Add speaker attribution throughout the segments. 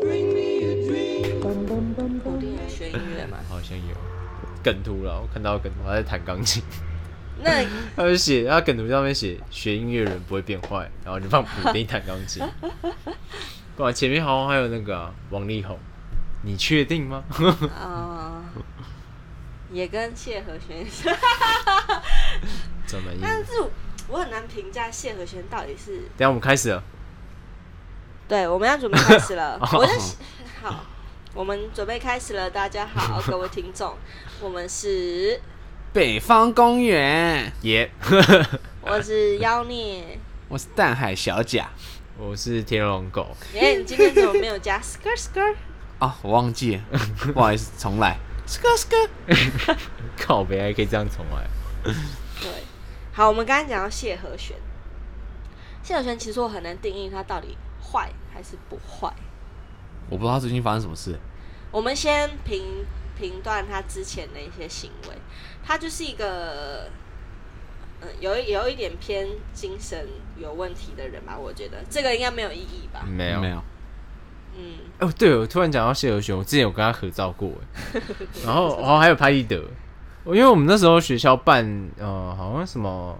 Speaker 1: bring me a dream.
Speaker 2: 古典学音乐嘛，
Speaker 3: 好像有梗图了，我看到梗图，他在弹钢 琴，
Speaker 2: 那
Speaker 3: 他就写他梗图上面写学音乐人不会变坏，然后就放补丁弹钢 琴。不然前面好像还有那个、啊、王力宏，你确定 吗？
Speaker 2: 啊、也跟谢和弦，
Speaker 3: 怎么意？
Speaker 2: 但是我很难评价谢和弦到底是。
Speaker 3: 等一下我们开始了，
Speaker 2: 对，我们要准备开始了。我就好，我们准备开始了。大家好，各位听众，我们是
Speaker 4: 北方公园，
Speaker 3: 耶、
Speaker 2: 我是妖孽。
Speaker 4: 我是淡海小贾。
Speaker 3: 我是天龙狗，
Speaker 2: 耶、你今天怎么没有加 skr skr？
Speaker 4: 啊，我忘记了， 不好意思，重来。s k
Speaker 3: 靠北还可以这样重来，
Speaker 2: 对，好，我们刚刚讲到谢和弦，谢和弦其实我很难定义他到底坏还是不坏。
Speaker 4: 我不知道他最近发生什么事。
Speaker 2: 我们先评评断他之前的一些行为，他就是一个，嗯，有一有一点偏精神有问题的人吧，我觉得这个应该没有意义吧。
Speaker 3: 没有
Speaker 4: 没有，
Speaker 2: 嗯，
Speaker 3: 哦，对，我突然讲到谢和弦，我之前有跟他合照过，哎然后然后还有拍立得，我因为我们那时候学校办呃，好像什么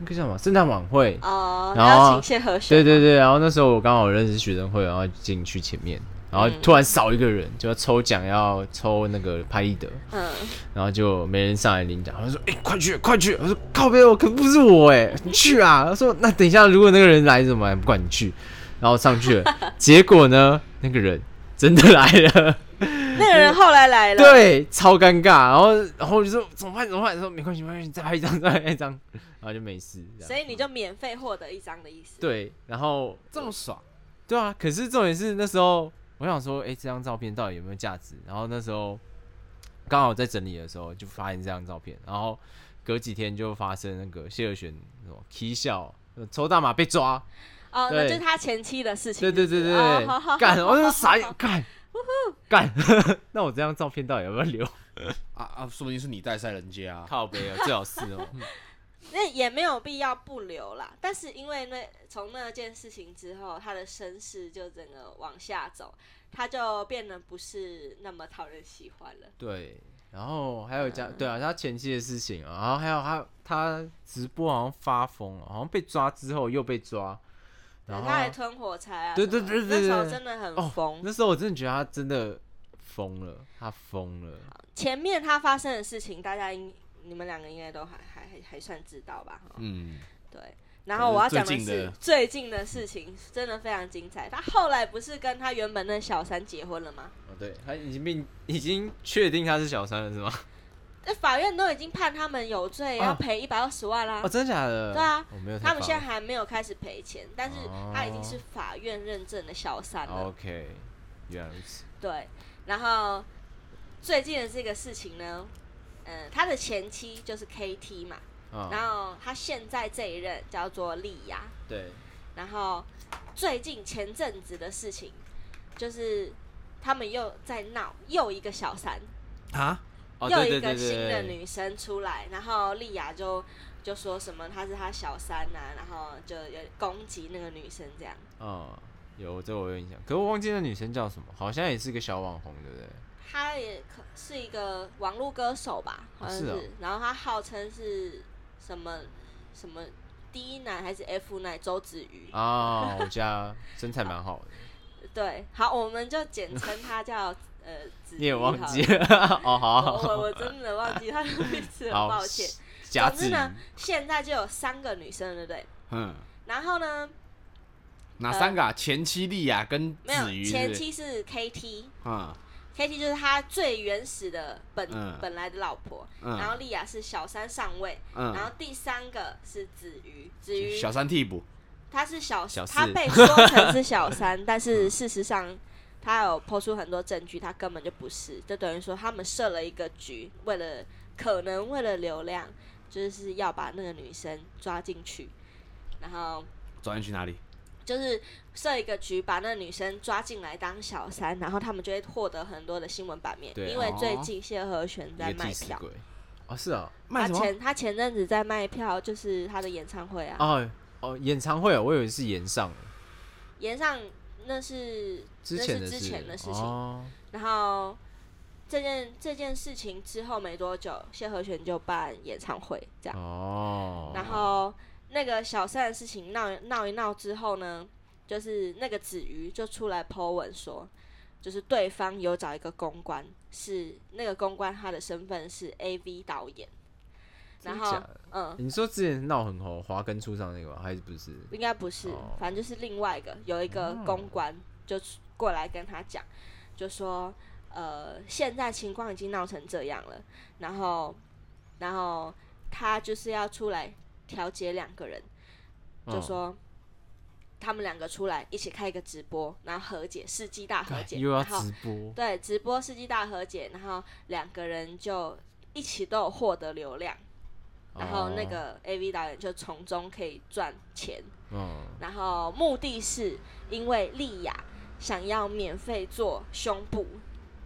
Speaker 3: 那个叫什么圣诞晚会，
Speaker 2: 哦、
Speaker 3: 然
Speaker 2: 然后
Speaker 3: 后
Speaker 2: 请谢和弦，
Speaker 3: 对对对，然后那时候我刚好认识学生会，然后进去前面，然后突然少一个人，就要抽奖要抽那个拍立得，
Speaker 2: 嗯，
Speaker 3: 然后就没人上来领奖，他说：“哎、快去快去！”我说：“靠边，我可不是我哎、你去啊！”他说：“那等一下，如果那个人来怎么办？不管你去。”然后上去了，结果呢，那个人真的来了。
Speaker 2: 那个人后来来了，，
Speaker 3: 对，超尴尬。然后，然后我就说怎么办？怎么办？他说没关系，没关系，再拍一张，再拍一张，然后就没事。这样
Speaker 2: 所以你就免费获得一张的意思。，
Speaker 3: 对，然后
Speaker 4: 这么爽，
Speaker 3: 对啊，可是重点是那时候我想说，哎、这张照片到底有没有价值？然后那时候刚好在整理的时候就发现这张照片，然后隔几天就发生那个谢尔璇什么 K 笑抽大麻被抓，
Speaker 2: 哦，那
Speaker 3: 对
Speaker 2: 就是他前妻的事情。
Speaker 3: 对对对对
Speaker 2: 哦好
Speaker 3: 对，
Speaker 2: 好
Speaker 3: 干，我就傻眼，干，干，那我这张照片到底要不要留？
Speaker 4: 啊啊，说不定是你带赛人家啊。
Speaker 3: 靠背啊，最好是哦。
Speaker 2: 那也没有必要不留啦，但是因为那从那件事情之后，他的身世就整个往下走，他就变得不是那么讨人喜欢了。
Speaker 3: 对，然后还有加、
Speaker 2: 嗯
Speaker 3: 对啊，他前期的事情啊，然后还有他他直播好像发疯了，好像被抓之后又被抓，然后
Speaker 2: 他还吞火柴啊什
Speaker 3: 对
Speaker 2: 么
Speaker 3: 对
Speaker 2: 的，
Speaker 3: 对对
Speaker 2: 那时候
Speaker 3: 对
Speaker 2: 真的很
Speaker 3: 哦
Speaker 2: 疯，。
Speaker 3: 那时候我真的觉得他真的疯了，他疯了，
Speaker 2: 前面他发生的事情，大家应你们两个应该都还还还还算知道吧？哈
Speaker 4: 嗯，
Speaker 2: 对。然后我要讲的
Speaker 4: 最近的
Speaker 2: 是最近的事情，真的非常精彩。他后来不是跟他原本那小三结婚了吗？
Speaker 3: 哦，对他已经命已经确定他是小三了是吗？
Speaker 2: 那法院都已经判他们有罪，
Speaker 3: 啊
Speaker 2: 要赔一百二十万啦。
Speaker 3: 哦，真的假的？
Speaker 2: 对啊
Speaker 3: 我没有太
Speaker 2: 他们
Speaker 3: 发
Speaker 2: 现在还没有开始赔钱，但是他已经是
Speaker 3: 哦
Speaker 2: 法院认证的小三了。
Speaker 3: OK，原来如此，
Speaker 2: 对，然后最近的这个事情呢，嗯、他的前妻就是 KT 嘛，
Speaker 3: 啊，
Speaker 2: 然后他现在这一任叫做莉亚，
Speaker 3: 对，
Speaker 2: 然后最近前阵子的事情就是他们又在闹又一个小三，
Speaker 4: 啊，
Speaker 3: 哦，
Speaker 2: 又
Speaker 3: 对对
Speaker 2: 一
Speaker 3: 对
Speaker 2: 个
Speaker 3: 对
Speaker 2: 新的
Speaker 3: 对
Speaker 2: 女生出来，然后莉亚就就说什么她是她小三呐、然后就有攻击那个女生这样，
Speaker 3: 嗯，有这我有印象，可我忘记那女生叫什么，好像也是个小网红，对不对？
Speaker 2: 她也可是一个网络歌手吧，好像
Speaker 3: 是哦
Speaker 2: 然后她号称是什么什么第一男还是 F 男周子瑜，
Speaker 3: 啊，我家身材蛮好 的，
Speaker 2: 对，好，我们就简称她叫呃子
Speaker 3: 你也
Speaker 2: 瑜
Speaker 3: 忘
Speaker 2: 好
Speaker 3: 记
Speaker 2: 了。
Speaker 3: 了哦，
Speaker 2: 我
Speaker 3: 好
Speaker 2: 我
Speaker 3: 好
Speaker 2: 我 真的忘记她的名字，很
Speaker 3: 好，
Speaker 2: 抱歉。
Speaker 3: 甲
Speaker 2: 总之
Speaker 3: 子
Speaker 2: 呢，现在就有三个女生，对不对？
Speaker 4: 嗯，
Speaker 2: 然后呢，
Speaker 4: 哪三个啊？前妻莉亚跟
Speaker 2: 呃没
Speaker 4: 子瑜
Speaker 2: 有，
Speaker 4: 是
Speaker 2: 前
Speaker 4: 不是
Speaker 2: 妻是 KT，KT
Speaker 4: 嗯
Speaker 2: 就是他最原始的本、
Speaker 4: 嗯
Speaker 2: 本来的老婆，
Speaker 4: 嗯
Speaker 2: 然后莉亚是小三上位，然
Speaker 4: 嗯，
Speaker 2: 后第三个是子瑜，子瑜
Speaker 4: 小三替补，
Speaker 2: 他是小
Speaker 3: 小四
Speaker 2: 他被说成是小三，但是事实上他有抛出很多证据，他根本就不是，就等于说他们设了一个局，为了可能为了流量，就是要把那个女生抓进去，然后
Speaker 5: 转运去哪里？
Speaker 2: 就是设一个局，把那女生抓进来当小三，然后他们就会获得很多的新闻版面。
Speaker 3: 对
Speaker 2: 因为
Speaker 5: 哦
Speaker 2: 最近谢和弦在
Speaker 3: 一个
Speaker 2: 卖
Speaker 3: 替死
Speaker 2: 票，
Speaker 3: 鬼哦，是啊，
Speaker 5: 卖
Speaker 2: 他
Speaker 5: 什么？
Speaker 2: 前他前阵子在卖票，就是他的演唱会啊，
Speaker 3: 哦哦，演唱会哦，我以为是演上
Speaker 2: 演上那是
Speaker 3: 之前
Speaker 2: 那
Speaker 3: 的
Speaker 2: 是
Speaker 3: 事
Speaker 2: 之前的事情。
Speaker 3: 哦，
Speaker 2: 然后这件这件事情之后没多久，谢和弦就办演唱会这样。
Speaker 3: 哦
Speaker 2: 然后那个小三的事情闹闹一闹之后呢，就是那个子瑜就出来 po 文说，就是对方有找一个公关，是那个公关他的身份是 AV 导演，
Speaker 3: 真
Speaker 2: 然
Speaker 3: 的
Speaker 2: 后
Speaker 3: 假的
Speaker 2: 嗯。
Speaker 3: 你说之前闹很红，华根出上那个吗？还是不是？
Speaker 2: 应该不是
Speaker 3: 哦，
Speaker 2: 反正就是另外一个有一个公关就出过来跟他讲，就说呃，现在情况已经闹成这样了，然后然后他就是要出来调解两个人，就
Speaker 3: 嗯
Speaker 2: 说。他们两个出来一起开一个直播，然后和解，世纪大和
Speaker 3: 干
Speaker 2: 解，
Speaker 3: 又要
Speaker 2: 然后
Speaker 3: 直播，
Speaker 2: 对直播世纪大和解，然后两个人就一起都有获得流量，然后那
Speaker 3: 哦
Speaker 2: 个 AV 导演就从中可以赚钱，
Speaker 3: 嗯，
Speaker 2: 然后目的是因为丽雅想要免费做胸部，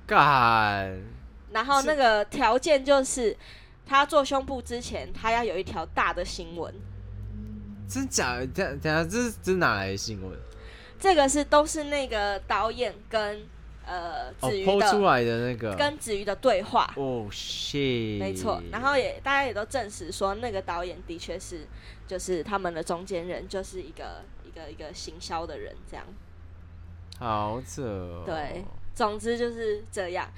Speaker 3: 干
Speaker 2: 然后那个条件就是她做胸部之前，她要有一条大的新闻。
Speaker 3: 真假的？等等下，这是这是哪来的新闻？
Speaker 2: 这个是都是那个导演跟呃
Speaker 3: 哦
Speaker 2: 子瑜
Speaker 3: ，PO 出
Speaker 2: 的、
Speaker 3: 来的那个，
Speaker 2: 跟子瑜的对话，
Speaker 3: 哦 shit，
Speaker 2: 没错。然后也大家也都证实说，那个导演的确是就是他们的中间人，就是一个一个一个行销的人这样。
Speaker 3: 好扯、哦，
Speaker 2: 对，总之就是这样。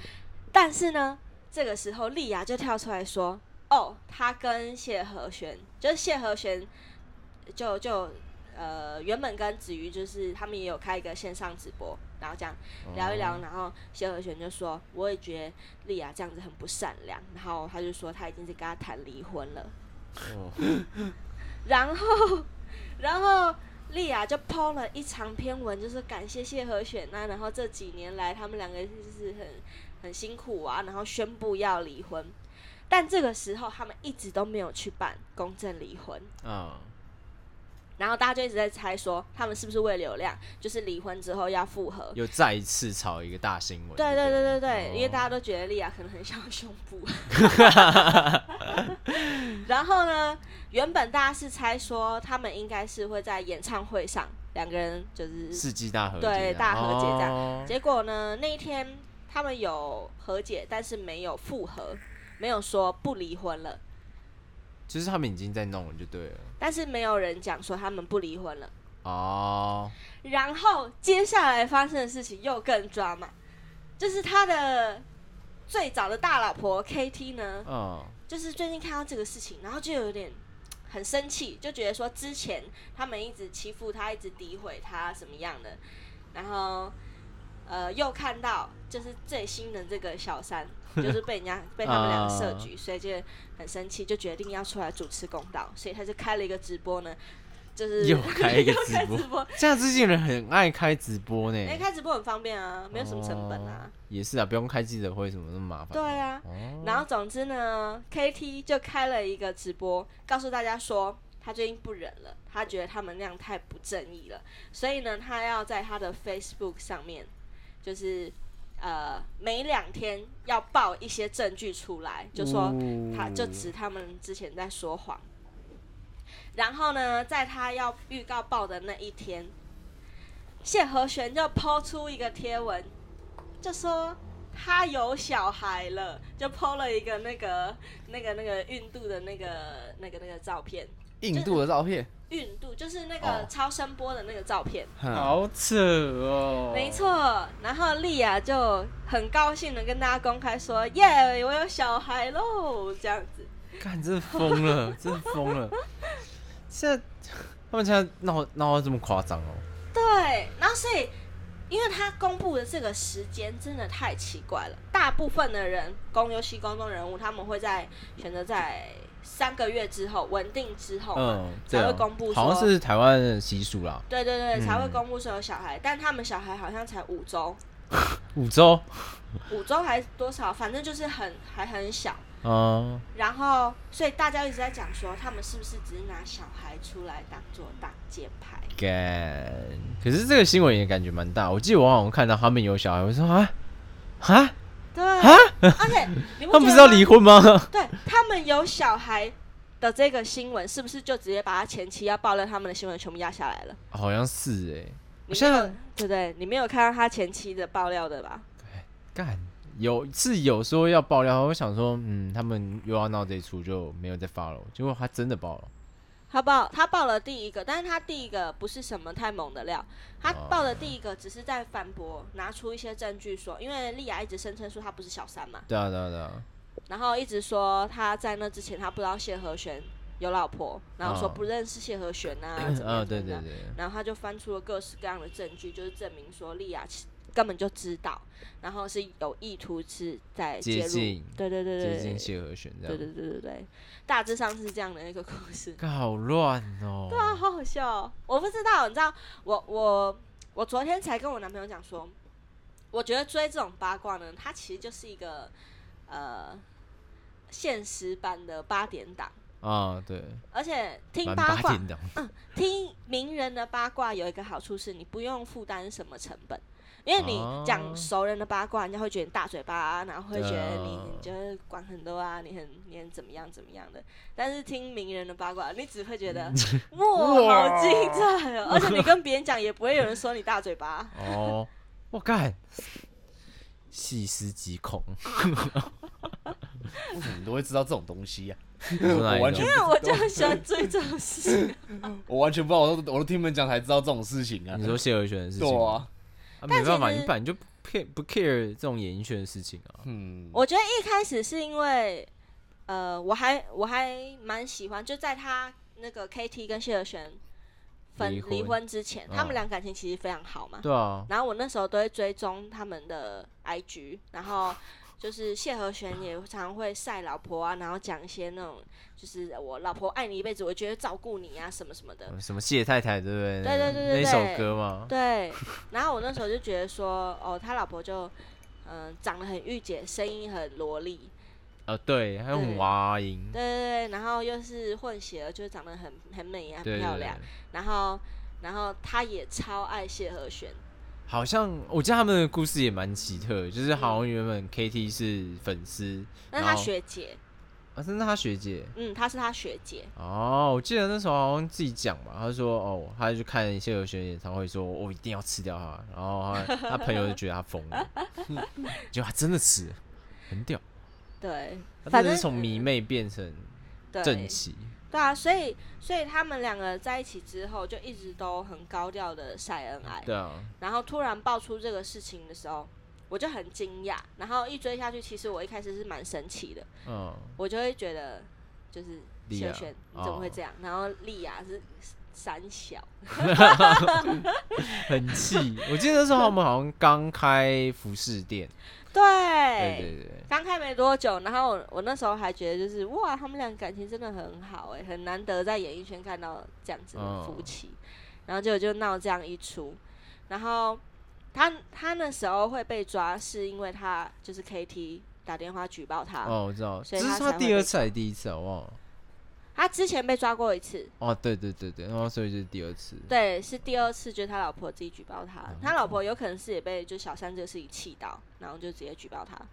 Speaker 2: 但是呢，这个时候丽雅就跳出来说：“哦，她跟谢和弦，就是谢和弦就，就呃，原本跟子瑜就是他们也有开一个线上直播，然后这样聊一聊，
Speaker 3: 哦
Speaker 2: 然后谢和弦就说：我也觉得丽雅这样子很不善良，然后他就说他已经在跟他谈离婚了。”
Speaker 3: 哦
Speaker 2: 然后，然后丽雅就抛了一长篇文，就是感谢谢和雪娜，然后这几年来他们两个就是很很辛苦啊，然后宣布要离婚。但这个时候他们一直都没有去办公证离婚，
Speaker 3: 嗯，
Speaker 2: 然后大家就一直在猜说他们是不是为流量，就是离婚之后要复合。
Speaker 3: 又再一次炒一个大新闻，
Speaker 2: 对对
Speaker 3: 对
Speaker 2: 对
Speaker 3: 了
Speaker 2: 对对，因为大家
Speaker 3: 哦
Speaker 2: 都觉得莉亚可能很想要胸 部。然后呢，原本大家是猜说他们应该是会在演唱会上两个人就是，
Speaker 3: 世纪大和解啊
Speaker 2: 对大和解这样
Speaker 3: 哦
Speaker 2: 结果呢那一天他们有和解，但是没有复合，没有说不离婚了，
Speaker 3: 就是他们已经在弄了，就对了，
Speaker 2: 但是没有人讲说他们不离婚了。
Speaker 3: 哦，
Speaker 2: 然后接下来发生的事情又更抓嘛，就是他的最早的大老婆 KT 呢，
Speaker 3: 嗯，
Speaker 2: 就是最近看到这个事情，然后就有点很生气，就觉得说之前他们一直欺负他，一直诋毁他什么样的，然后呃又看到就是最新的这个小 三，就是被人家被他们两个设局，所以就很生气，就决定要出来主持公道，所以他就开了一个直播呢，就是
Speaker 3: 又开一个直
Speaker 2: 开
Speaker 3: 播
Speaker 2: 直 播，
Speaker 3: 现在最近人很爱开直播呢，
Speaker 2: 哎、开直播很方便啊，没有什么成本啊。
Speaker 3: 哦也是啊，不用开记者会什么那么麻烦，
Speaker 2: 对啊，
Speaker 3: 哦，
Speaker 2: 然后总之呢，KT 就开了一个直播，告诉大家说他最近不忍了，他觉得他们那样太不正义了，所以呢，他要在他的 Facebook 上面，就是呃每两天要爆一些证据出来，就说他就指他们之前在说谎。然后呢，在他要预告报的那一天，谢和弦就抛出一个贴文，就说他有小孩了，就抛了一个那个那个那个孕肚的那个那个那个照片，
Speaker 4: 印度的照片，
Speaker 2: 孕肚就是那
Speaker 5: 哦
Speaker 2: 个超声波的那个照片，
Speaker 5: 好，
Speaker 3: 好扯哦，
Speaker 2: 没，错。然后莉亚就很高兴的跟大家公开说，耶，我有小孩喽，这样子。
Speaker 3: 干，真的疯了，真的疯了，现在他们现在闹闹到这么夸张哦，
Speaker 2: 对，然后所以，因为他公布的这个时间真的太奇怪了，大部分的人公，尤其公众人物，他们会在选择在三个月之后稳定之后嘛，
Speaker 3: 嗯，
Speaker 2: 才
Speaker 3: 对
Speaker 2: 会
Speaker 3: 哦
Speaker 2: 公布
Speaker 3: 好像
Speaker 2: 说
Speaker 3: 是台湾的习俗啦，
Speaker 2: 对对对，才会
Speaker 3: 嗯
Speaker 2: 公布说有小孩，但他们小孩好像才五周，
Speaker 3: 五周，
Speaker 2: 五周还是多少，反正就是很还很小。
Speaker 3: 嗯，
Speaker 2: 然后，所以大家一直在讲说，他们是不是只是拿小孩出来当做挡箭牌？
Speaker 3: 干。可是这个新闻也感觉蛮大，我记得我好像看到他们有小孩，我说啊啊，
Speaker 2: 对，而且你不
Speaker 3: 他们不
Speaker 2: 觉得
Speaker 3: 是要
Speaker 2: 吗
Speaker 3: 离婚吗？
Speaker 2: 对他们有小孩的这个新闻，是不是就直接把他前期要爆料他们的新闻全部压下来了？
Speaker 3: 好像是哎、我
Speaker 2: 你
Speaker 3: 现在
Speaker 2: 对不对？你没有看到他前期的爆料的吧？
Speaker 3: 干有是有说要爆料，我想说，嗯，他们又要闹这一出，就没有再发了。结果他真的爆了，
Speaker 2: 他爆他爆了第一个，但是他第一个不是什么太猛的料，他
Speaker 3: 哦
Speaker 2: 爆的第一个只是在反驳，拿出一些证据说，因为莉亚一直声称说她不是小三嘛，
Speaker 3: 对啊对啊对啊，
Speaker 2: 然后一直说她在那之前她不知道谢和弦有老婆，然后说
Speaker 3: 哦
Speaker 2: 不认识谢和弦 啊，怎么
Speaker 3: 嗯、
Speaker 2: 样
Speaker 3: 对
Speaker 2: 怎么
Speaker 3: 对
Speaker 2: 样
Speaker 3: 对，
Speaker 2: 然后他就翻出了各式各样的证据，就是证明说莉亚其根本就知道，然后是有意图是在
Speaker 3: 接
Speaker 2: 介入，
Speaker 3: 近
Speaker 2: 对对对
Speaker 3: 接
Speaker 2: 对
Speaker 3: 近
Speaker 2: 对，
Speaker 3: 谢和弦这
Speaker 2: 对
Speaker 3: 样，
Speaker 2: 对对对对，大致上是这样的一个故事。
Speaker 3: 干好乱哦、
Speaker 2: 啊， 好好笑、哦！我不知道，你知道，我我我昨天才跟我男朋友讲说，我觉得追这种八卦呢，它其实就是一个呃现实版的八点档，
Speaker 3: 啊、对，
Speaker 2: 而且听
Speaker 3: 蛮
Speaker 2: 八
Speaker 3: 八
Speaker 2: 卦
Speaker 3: 点、档，
Speaker 2: 听名人的八卦有一个好处是，你不用负担什么成本。因为你
Speaker 3: 哦
Speaker 2: 讲熟人的八卦，人家会觉得你大嘴巴、啊，然后会觉得你
Speaker 3: 对啊
Speaker 2: 你就是管很多啊，你很你很怎么样怎么样的。但是听名人的八卦，你只会觉得哇，好精彩哦！而且你跟别人讲，也不会有人说你大嘴巴。
Speaker 3: 哦，我干，细思极恐，
Speaker 4: 为什么你都会知道这种东西啊呀、
Speaker 3: 我
Speaker 4: 我完全
Speaker 2: 因为我就很喜欢追这种事情，
Speaker 4: 我完全不知道，我都我都听你们讲才知道这种事情啊。
Speaker 3: 你说谢和弦的事情
Speaker 4: 对啊，
Speaker 3: 吗，啊
Speaker 2: 但
Speaker 3: 没办法，
Speaker 2: 其实
Speaker 3: 你本来就不 care 不 care 这种演艺圈的事情 啊，
Speaker 4: 嗯，
Speaker 2: 我觉得一开始是因为，呃，我还我还蛮喜欢，就在他那个 KT 跟谢和弦分
Speaker 3: 离婚
Speaker 2: 离婚之前，
Speaker 3: 哦
Speaker 2: 他们俩感情其实非常好嘛。
Speaker 3: 对啊，
Speaker 2: 然后我那时候都会追踪他们的 IG，然后就是谢和弦也常会晒老婆啊，然后讲一些那种就是我老婆爱你一辈子，我觉得照顾你啊什么什么的。
Speaker 3: 什么谢太太对不对？
Speaker 2: 对对对对对
Speaker 3: 那一首歌嘛，
Speaker 2: 对，然后我那时候就觉得说，哦，他老婆就嗯、长得很御姐，声音很萝莉，
Speaker 3: 啊对，还有
Speaker 2: 对
Speaker 3: 娃音，
Speaker 2: 对对对，然后又是混血儿，就是长得很很美啊，很
Speaker 3: 对
Speaker 2: 漂
Speaker 3: 对
Speaker 2: 亮
Speaker 3: 对。
Speaker 2: 然后，然后她也超爱谢和弦，
Speaker 3: 好像我记得他们的故事也蛮奇特的，就是好像原本 KT 是粉丝
Speaker 2: 那
Speaker 3: 然
Speaker 2: 她
Speaker 3: 后
Speaker 2: 学姐，
Speaker 3: 啊，真的他学姐
Speaker 2: 嗯，她是她学姐，
Speaker 3: 哦，我记得那时候好像自己讲嘛，他说哦，他就看谢和弦演唱会说，我、一定要吃掉他，然后他他朋友就觉得他疯 了，结果他真的吃了，很屌，
Speaker 2: 对，
Speaker 3: 他
Speaker 2: 反
Speaker 3: 真的是
Speaker 2: 正
Speaker 3: 从迷妹变成正
Speaker 2: 对，
Speaker 3: 妻，
Speaker 2: 对啊，所以所以他们两个在一起之后，就一直都很高调的晒恩爱。
Speaker 3: 对啊，
Speaker 2: 然后突然爆出这个事情的时候，我就很惊讶，然后一追下去，其实我一开始是蛮生气的，
Speaker 3: 嗯，
Speaker 2: 我就会觉得就是
Speaker 3: 莉
Speaker 2: 谢
Speaker 3: 亚
Speaker 2: 和弦你怎么会
Speaker 3: 哦
Speaker 2: 这样？然后莉亚是三小。
Speaker 3: 很气。我记得那时候他们好像刚开服饰店，对
Speaker 2: 对，
Speaker 3: 对对，
Speaker 2: 刚开没多久，然后我我那时候还觉得就是哇，他们俩感情真的很好哎、很难得在演艺圈看到这样子的
Speaker 3: 嗯
Speaker 2: 夫妻，然后结果就闹这样一出，然后他他那时候会被抓，是因为他就是 KT 打电话举报他，
Speaker 3: 哦，我知道，
Speaker 2: 所
Speaker 3: 这
Speaker 2: 以他
Speaker 3: 是
Speaker 2: 才
Speaker 3: 他
Speaker 2: 会
Speaker 3: 第二
Speaker 2: 被
Speaker 3: 次还是第一次啊，我忘了。
Speaker 2: 他之前被抓过一次，
Speaker 3: 哦，对对对对，然后所以就是第二次，
Speaker 2: 对，是第二次，就是他老婆自己举报他，他
Speaker 3: 嗯
Speaker 2: 老婆有可能是也被就小三这个事情气到，然后就直接举报他，
Speaker 3: 哦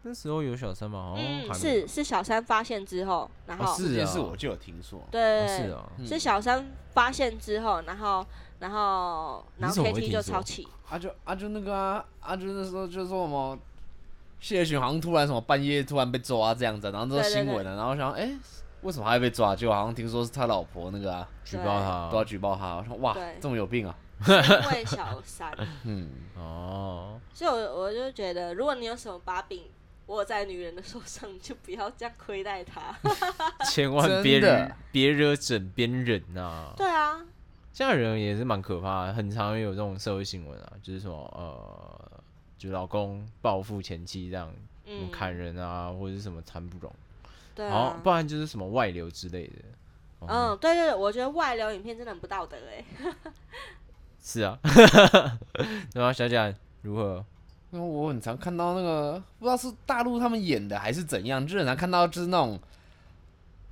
Speaker 3: 那时候有小三吗？好像还没
Speaker 2: 嗯，是是小三发现之后，然后、
Speaker 3: 哦是
Speaker 4: 这件
Speaker 3: 啊
Speaker 4: 事我就有听说，
Speaker 2: 对、
Speaker 3: 哦是啊，
Speaker 4: 嗯
Speaker 2: 是小三发现之后，然后然后然后
Speaker 3: 你怎么会
Speaker 2: KT
Speaker 3: 听
Speaker 2: 就
Speaker 3: 说
Speaker 2: 超 气，
Speaker 4: 啊就啊就那个啊啊就那时候就说什么谢雪好像突然什么半夜突然被抓这样子啊，然后这个
Speaker 2: 对对
Speaker 4: 新闻啊，然后想哎、为什么他会被抓？结果好像听说是他老婆那个啊
Speaker 3: 举
Speaker 2: 对
Speaker 3: 报他
Speaker 4: 都要举报他，我说哇
Speaker 2: 对
Speaker 4: 这么有病啊，
Speaker 2: 因为小三，
Speaker 4: 嗯，
Speaker 3: 哦，
Speaker 2: 所以我我就觉得，如果你有什么把柄握在女人的手上，你就不要这样亏待她。
Speaker 3: 千万别
Speaker 4: 真的
Speaker 3: 惹别惹枕边人呐！
Speaker 2: 对啊，
Speaker 3: 现在人也是蛮可怕的，很常有这种社会新闻啊，就是什么呃，就老公报复前妻这样，什么
Speaker 2: 嗯，
Speaker 3: 砍人啊，或者是什么惨不容，
Speaker 2: 对
Speaker 3: 然后
Speaker 2: 啊
Speaker 3: 不，然就是什么外流之类的。哦，
Speaker 2: 嗯，对对对，我觉得外流欸 影片真的很不道德哎、
Speaker 3: 是啊，对吧，小贾？如何？
Speaker 4: 因为我很常看到那个，不知道是大陆他们演的还是怎样，就很常看到就是那种，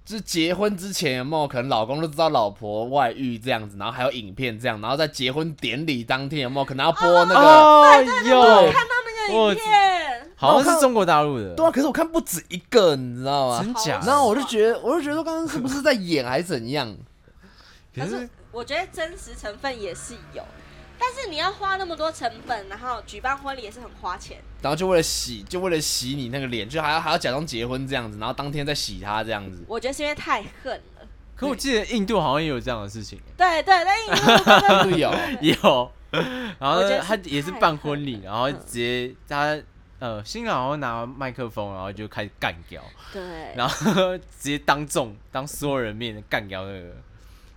Speaker 4: 就是结婚之前有没有可能老公都知道老婆外遇这样子，然后还有影片这样，然后在结婚典礼当天有没有可能要播那个？
Speaker 3: 哦，
Speaker 2: 我
Speaker 3: 有，
Speaker 2: 看到那
Speaker 3: 我
Speaker 2: 个影片，
Speaker 3: 好像是中国大陆的，
Speaker 4: 对啊，可是我看不止一个，你知道吗？
Speaker 3: 真假？
Speaker 2: 好啊
Speaker 4: 然后我就觉得，我就觉得刚刚是不是在演还是怎样？
Speaker 3: 可
Speaker 2: 可
Speaker 3: 是
Speaker 2: 是我觉得真实成分也是有，但是你要花那么多成本，然后举办婚礼也是很花钱。
Speaker 4: 然后就为了洗，就为了洗你那个脸，就还要还要假装结婚这样子，然后当天再洗他这样子。
Speaker 2: 我觉得是因为太恨 了。
Speaker 3: 可我记得印度好像也有这样的事情，
Speaker 2: 对对，但 是
Speaker 4: 对哦有，
Speaker 3: 有。然后
Speaker 2: 我觉
Speaker 3: 呢
Speaker 2: 得
Speaker 3: 他
Speaker 2: 是
Speaker 3: 也是
Speaker 2: 太
Speaker 3: 办
Speaker 2: 狠
Speaker 3: 婚礼，
Speaker 2: 了
Speaker 3: 然后
Speaker 2: 嗯
Speaker 3: 直接他呃新郎好像拿麦克风，然后就开始干掉，
Speaker 2: 对，
Speaker 3: 然后 直接当众当所有人面干掉那个，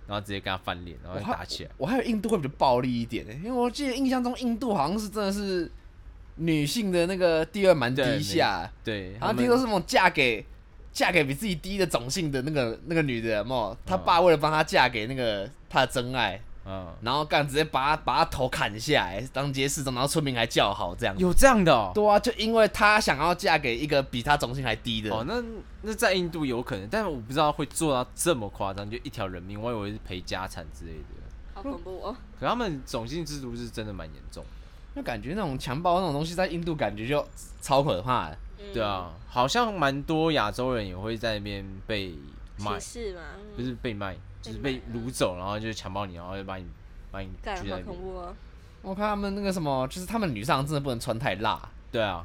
Speaker 3: 然后直接跟他翻脸，然后
Speaker 4: 我
Speaker 3: 就
Speaker 4: 还
Speaker 3: 打起来。
Speaker 4: 我还有印度会比较暴力一点呢、因为我记得印象中印度好像是真的是女性的那个地位蛮
Speaker 3: 对
Speaker 4: 低下，
Speaker 3: 对，
Speaker 4: 然后
Speaker 2: 啊
Speaker 3: 他
Speaker 4: 听说
Speaker 3: 们
Speaker 4: 是那种嫁给嫁给比自己低的种姓的那个那个女的，有没有？她
Speaker 3: 嗯
Speaker 4: 爸为了帮她嫁给那个她的真爱，
Speaker 3: 嗯，
Speaker 4: 然后干直接把她把她头砍下来当街市长，然后村民还叫好这样。
Speaker 2: 嗯
Speaker 3: 有这样的哦。
Speaker 4: 对啊，就因为她想要嫁给一个比她种姓还低的。
Speaker 3: 哦，那那在印度有可能，但是我不知道会做到这么夸张，就一条人命，我以为是赔家产之类的。
Speaker 2: 好恐怖哦！
Speaker 3: 可他们种姓制度是真的蛮严重的，
Speaker 4: 就感觉那种强暴那种东西在印度感觉就超可怕的。
Speaker 2: 嗯
Speaker 3: 对，啊，好像蛮多亚洲人也会在那边被卖
Speaker 2: 歧，视嘛，嗯
Speaker 3: 不是被卖，就是
Speaker 2: 被
Speaker 3: 被
Speaker 2: 卖
Speaker 3: 掳走，然后就强暴你，然后就把你把你
Speaker 2: 干
Speaker 3: 拘
Speaker 2: 好
Speaker 3: 在那
Speaker 2: 恐
Speaker 3: 边。
Speaker 2: 怖哦！
Speaker 4: 我看他们那个什么，就是他们女上真的不能穿太辣。
Speaker 3: 对啊，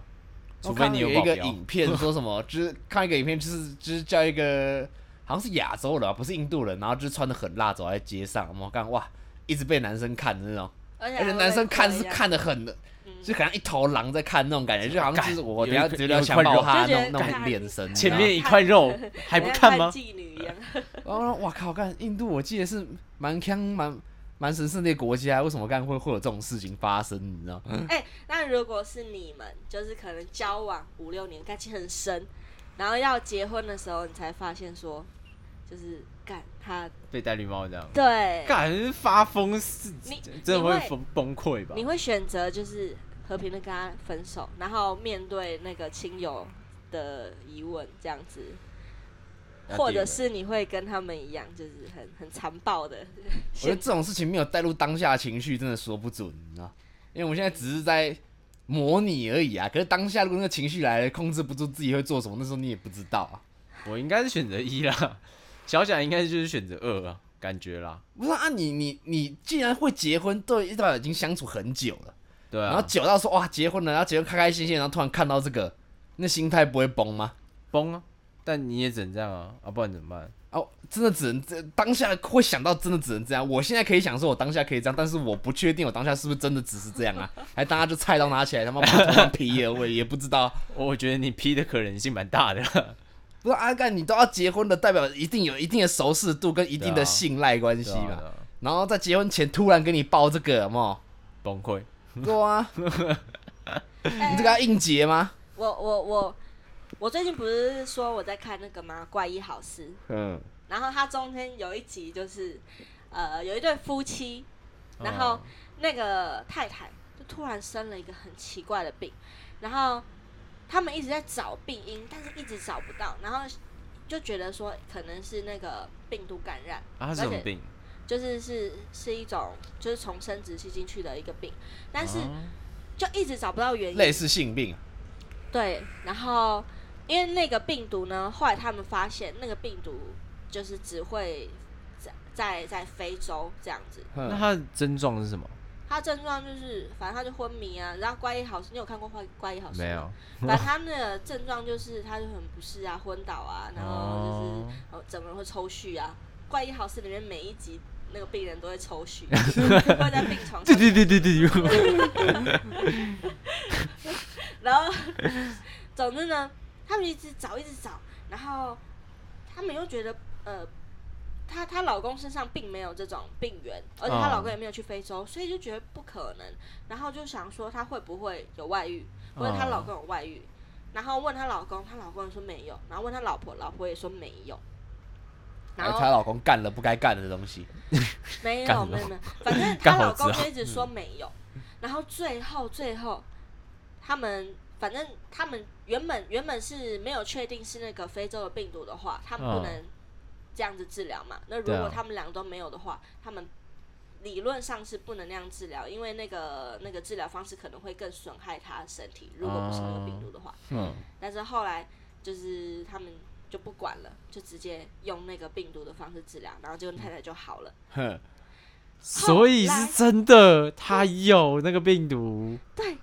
Speaker 3: 除
Speaker 4: 我
Speaker 3: 非
Speaker 4: 看
Speaker 3: 你
Speaker 4: 有
Speaker 3: 保
Speaker 4: 一个
Speaker 3: 镖。
Speaker 4: 影 片说什么，就是看一个影片，就是就是叫一个好像是亚洲人啊，不是印度人，然后就是穿的很辣走在街上，我看哇，一直被男生看的那哦种，
Speaker 2: 而且
Speaker 4: 而且
Speaker 2: 还会
Speaker 4: 男生
Speaker 2: 被
Speaker 4: 看
Speaker 2: 推
Speaker 4: 是
Speaker 2: 啊，
Speaker 4: 看的很，
Speaker 2: 嗯
Speaker 4: 就好像一头狼在看那种感觉，就好像就是我
Speaker 3: 有
Speaker 4: 等一下
Speaker 3: 一
Speaker 4: 直接
Speaker 3: 个
Speaker 4: 要
Speaker 3: 有一
Speaker 4: 强
Speaker 3: 块
Speaker 4: 暴
Speaker 3: 肉
Speaker 4: 他
Speaker 2: 就觉得
Speaker 4: 那种那种
Speaker 2: 干
Speaker 4: 眼神，你知
Speaker 3: 前
Speaker 4: 道吗
Speaker 3: 面一块 肉还不
Speaker 2: 好像
Speaker 3: 看吗？
Speaker 2: 妓女一样，
Speaker 4: 然后哇靠，干印度我记得是蛮强蛮蛮神圣的国家，为什么干会会有这种事情发生？你知道？
Speaker 2: 哎、那如果是你们，就是可能交往五六年，感情很深，然后要结婚的时候，你才发现说，就是干他，
Speaker 3: 被戴绿帽这样，
Speaker 2: 对，
Speaker 3: 感发疯是
Speaker 2: 你
Speaker 3: 真的
Speaker 2: 你
Speaker 3: 会
Speaker 2: 会
Speaker 3: 崩崩溃吧？
Speaker 2: 你会选择就是和平的跟他分手，然后面对那个亲友的疑问这样子，
Speaker 3: 要
Speaker 2: 或
Speaker 3: 点
Speaker 2: 者
Speaker 3: 了
Speaker 2: 是你会跟他们一样，就是很很残暴 的，
Speaker 4: 我觉得这种事情没有带入当下情绪，真的说不准，你知道？因为我们现在只是在模拟而已啊。可是当下如果那个情绪来了，控制不住自己会做什么，那时候你也不知道啊。
Speaker 3: 我应该是选择一啦， 小贾应该就是选择二啊，感觉啦，
Speaker 4: 不是啊，你你你既然会结婚，对，一早已经相处很久了，
Speaker 3: 对
Speaker 4: 然后
Speaker 3: 啊，
Speaker 4: 久到说哇结婚了，然后结婚开开心心，然后突然看到这个，那心态不会崩吗？
Speaker 3: 崩啊，但你也只能这样啊，啊，不然怎么办？
Speaker 4: 哦，真的只能这当下会想到，真的只能这样。我现在可以想说，我当下可以这样，但是我不确定我当下是不是真的只是这样 啊？还大家就菜刀拿起来，他妈把头上劈了，我也不知道。
Speaker 3: 我觉得你 P 的可能性蛮大 的啦，
Speaker 4: 不是阿干，你都要结婚了，代表一定有一定的熟识度跟一定
Speaker 3: 对啊
Speaker 4: 的信赖关系
Speaker 3: 对啊
Speaker 4: 嘛。
Speaker 3: 对啊
Speaker 4: 然后在结婚前突然给你报这个，有没有？
Speaker 3: 崩溃，
Speaker 4: 对啊，你
Speaker 2: 你
Speaker 4: 这个要应结吗？
Speaker 2: 我我我我最近不是说我在看那个吗？怪医好事，
Speaker 4: 嗯，
Speaker 2: 然后它中间有一集就是，呃，有一对夫妻，然后
Speaker 4: 哦
Speaker 3: 嗯
Speaker 2: 那个太太就突然生了一个很奇怪的病，然后他们一直在找病因，但是一直找不到，然后就觉得说可能是那个病毒感染，
Speaker 3: 啊，他是
Speaker 2: 而
Speaker 3: 什么
Speaker 2: 且
Speaker 3: 病？
Speaker 2: 就是是是一种就是从生殖器进去的一个病，但是
Speaker 3: 啊
Speaker 4: 嗯
Speaker 2: 就一直找不到原因，
Speaker 4: 哦类似性病啊，
Speaker 2: 对，然后因为那个病毒呢，后来他们发现那个病毒就是只会在在在非洲这样子。
Speaker 3: 那
Speaker 4: 嗯
Speaker 3: 他的症状是什么？
Speaker 2: 他症状就是，反正他就昏迷啊。然后怪医好事，你有看过怪怪医好事吗
Speaker 3: 没有？，
Speaker 2: 反正他那个症状就是，他就很不适啊，昏倒啊，然后就是
Speaker 3: 哦
Speaker 2: 然后整个人会抽搐啊。怪医好事里面每一集那个病人都会抽 搐，会在病床
Speaker 3: 对
Speaker 2: 上
Speaker 3: 对对对对，
Speaker 2: 然后，总之呢，他们一直找，一直找，然后他们又觉得，呃，她她老公身上并没有这种病源，而且她
Speaker 3: 哦
Speaker 2: 老公也没有去非洲，所以就觉得不可能，然后就想说她会不会有外遇，或者她
Speaker 3: 哦
Speaker 2: 老公有外遇，然后问她老公，她老公也说没有，然后问她老婆，老婆也说没有，然
Speaker 4: 然后
Speaker 2: 后
Speaker 4: 她老公干了不该干的东西，
Speaker 2: 没
Speaker 3: 干
Speaker 2: 有
Speaker 3: 什么
Speaker 2: 没有没有，反正
Speaker 3: 干
Speaker 2: 她
Speaker 3: 好
Speaker 2: 老公
Speaker 3: 吃啊
Speaker 2: 就一直说没有，然后最后最后，他们反正他们原本原本是没有确定是那个非洲的病毒的话，他们
Speaker 3: 嗯
Speaker 2: 不能这样子治疗嘛。那如
Speaker 3: 对啊
Speaker 2: 果他们两个都没有的话，他们理论上是不能那样治疗，因为那个那个治疗方式可能会更损害他的身体，如果不是那个病毒的话。
Speaker 4: 嗯，
Speaker 2: 但是后来就是他们就不管了，就直接用那个病毒的方式治疗，然后结果太太就好了。
Speaker 4: 哼，
Speaker 3: 所以
Speaker 2: 后来
Speaker 3: 是真的，他有那个病毒，
Speaker 2: 对，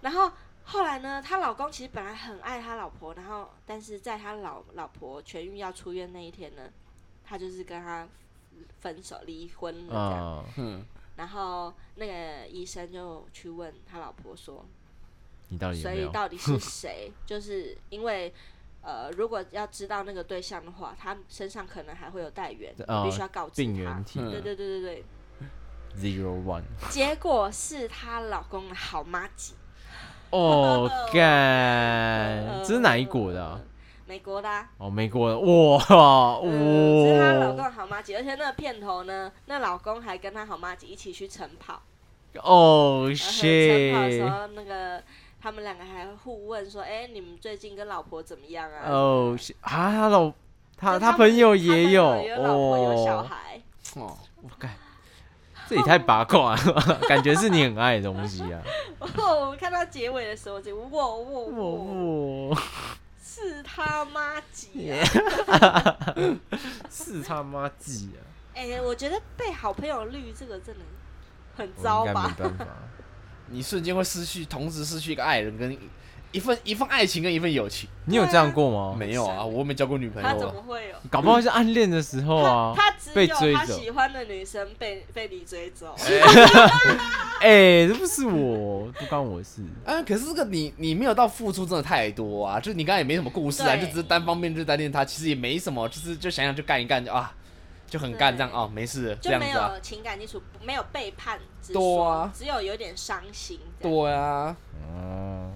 Speaker 2: 然后后来呢，她老公其实本来很爱他老婆，然后但是在他老老婆痊愈要出院那一天呢，他就是跟他分手离婚了这样。
Speaker 3: 嗯，
Speaker 4: 嗯，
Speaker 2: 然后那个医生就去问他老婆说，
Speaker 3: 你到底啊有
Speaker 2: 所
Speaker 3: 没
Speaker 2: 以
Speaker 3: 有？
Speaker 2: 到底 是谁？就是因为。呃，如果要知道那个对象的话，他身上可能还会有带源，你
Speaker 3: 哦
Speaker 2: 必须要告知
Speaker 3: 病
Speaker 2: 他
Speaker 3: 原。体
Speaker 4: 嗯
Speaker 2: 对对对对对，
Speaker 3: zero one，
Speaker 2: 结果是她老公的好妈吉，
Speaker 3: 哦，干，
Speaker 2: 呃
Speaker 3: 这是哪一国的啊？
Speaker 2: 美国的、啊，
Speaker 3: 哦，美国的，哇哦
Speaker 2: 嗯，是她老公
Speaker 3: 哇，
Speaker 2: 的好妈吉，而且那个片头呢，那老公还跟她好妈吉一起去晨跑，
Speaker 3: 哦
Speaker 2: 然后晨跑的时
Speaker 3: shit，
Speaker 2: 候，那个他们两个还互问说，哎、你们最近跟老婆怎么样啊？
Speaker 3: 哦，shit，啊，他老他
Speaker 2: 就
Speaker 3: 他
Speaker 2: 们
Speaker 3: 朋友也
Speaker 2: 有，有老婆有小
Speaker 3: 哦，
Speaker 2: 孩，
Speaker 4: 哦，
Speaker 3: 我干，这也太八卦了， 感觉是你很爱的东西 啊，
Speaker 2: 哦，我看到结尾的时候就哇哇哇，
Speaker 3: 我
Speaker 2: 是他妈吉、啊。
Speaker 3: 是他妈记啊，
Speaker 2: 哎、我觉得被好朋友绿这个真的很
Speaker 3: 我
Speaker 2: 糟
Speaker 3: 应该没
Speaker 2: 吧？
Speaker 3: 办法，
Speaker 4: 你瞬间会失去，同时失去一个爱人跟一一份一份爱情跟一份友情。
Speaker 3: 你有这样过吗？
Speaker 4: 没有啊，我又没交过女朋
Speaker 2: 他怎
Speaker 4: 友
Speaker 2: 么
Speaker 4: 啊。
Speaker 2: 会有？
Speaker 3: 搞不好是暗恋的时候啊，
Speaker 2: 他他只
Speaker 3: 被
Speaker 2: 有
Speaker 3: 追
Speaker 2: 他
Speaker 3: 走
Speaker 2: 喜欢的女生被被你追走，
Speaker 3: 哎，这不是我，不关我事，
Speaker 4: 啊，可是这个你你没有到付出真的太多啊，就你刚才也没什么故事啊，
Speaker 2: 对
Speaker 4: 就只是单方面就单恋他，其实也没什么，就是就想想就干一干就啊，就很干
Speaker 2: 对
Speaker 4: 这样哦，没事
Speaker 2: 就
Speaker 4: 这样
Speaker 2: 没
Speaker 4: 子啊，
Speaker 2: 有情感基础，没有背叛之
Speaker 4: 对
Speaker 2: 说，
Speaker 4: 啊
Speaker 2: 只有有点伤心这样。
Speaker 4: 对啊，
Speaker 3: 哦，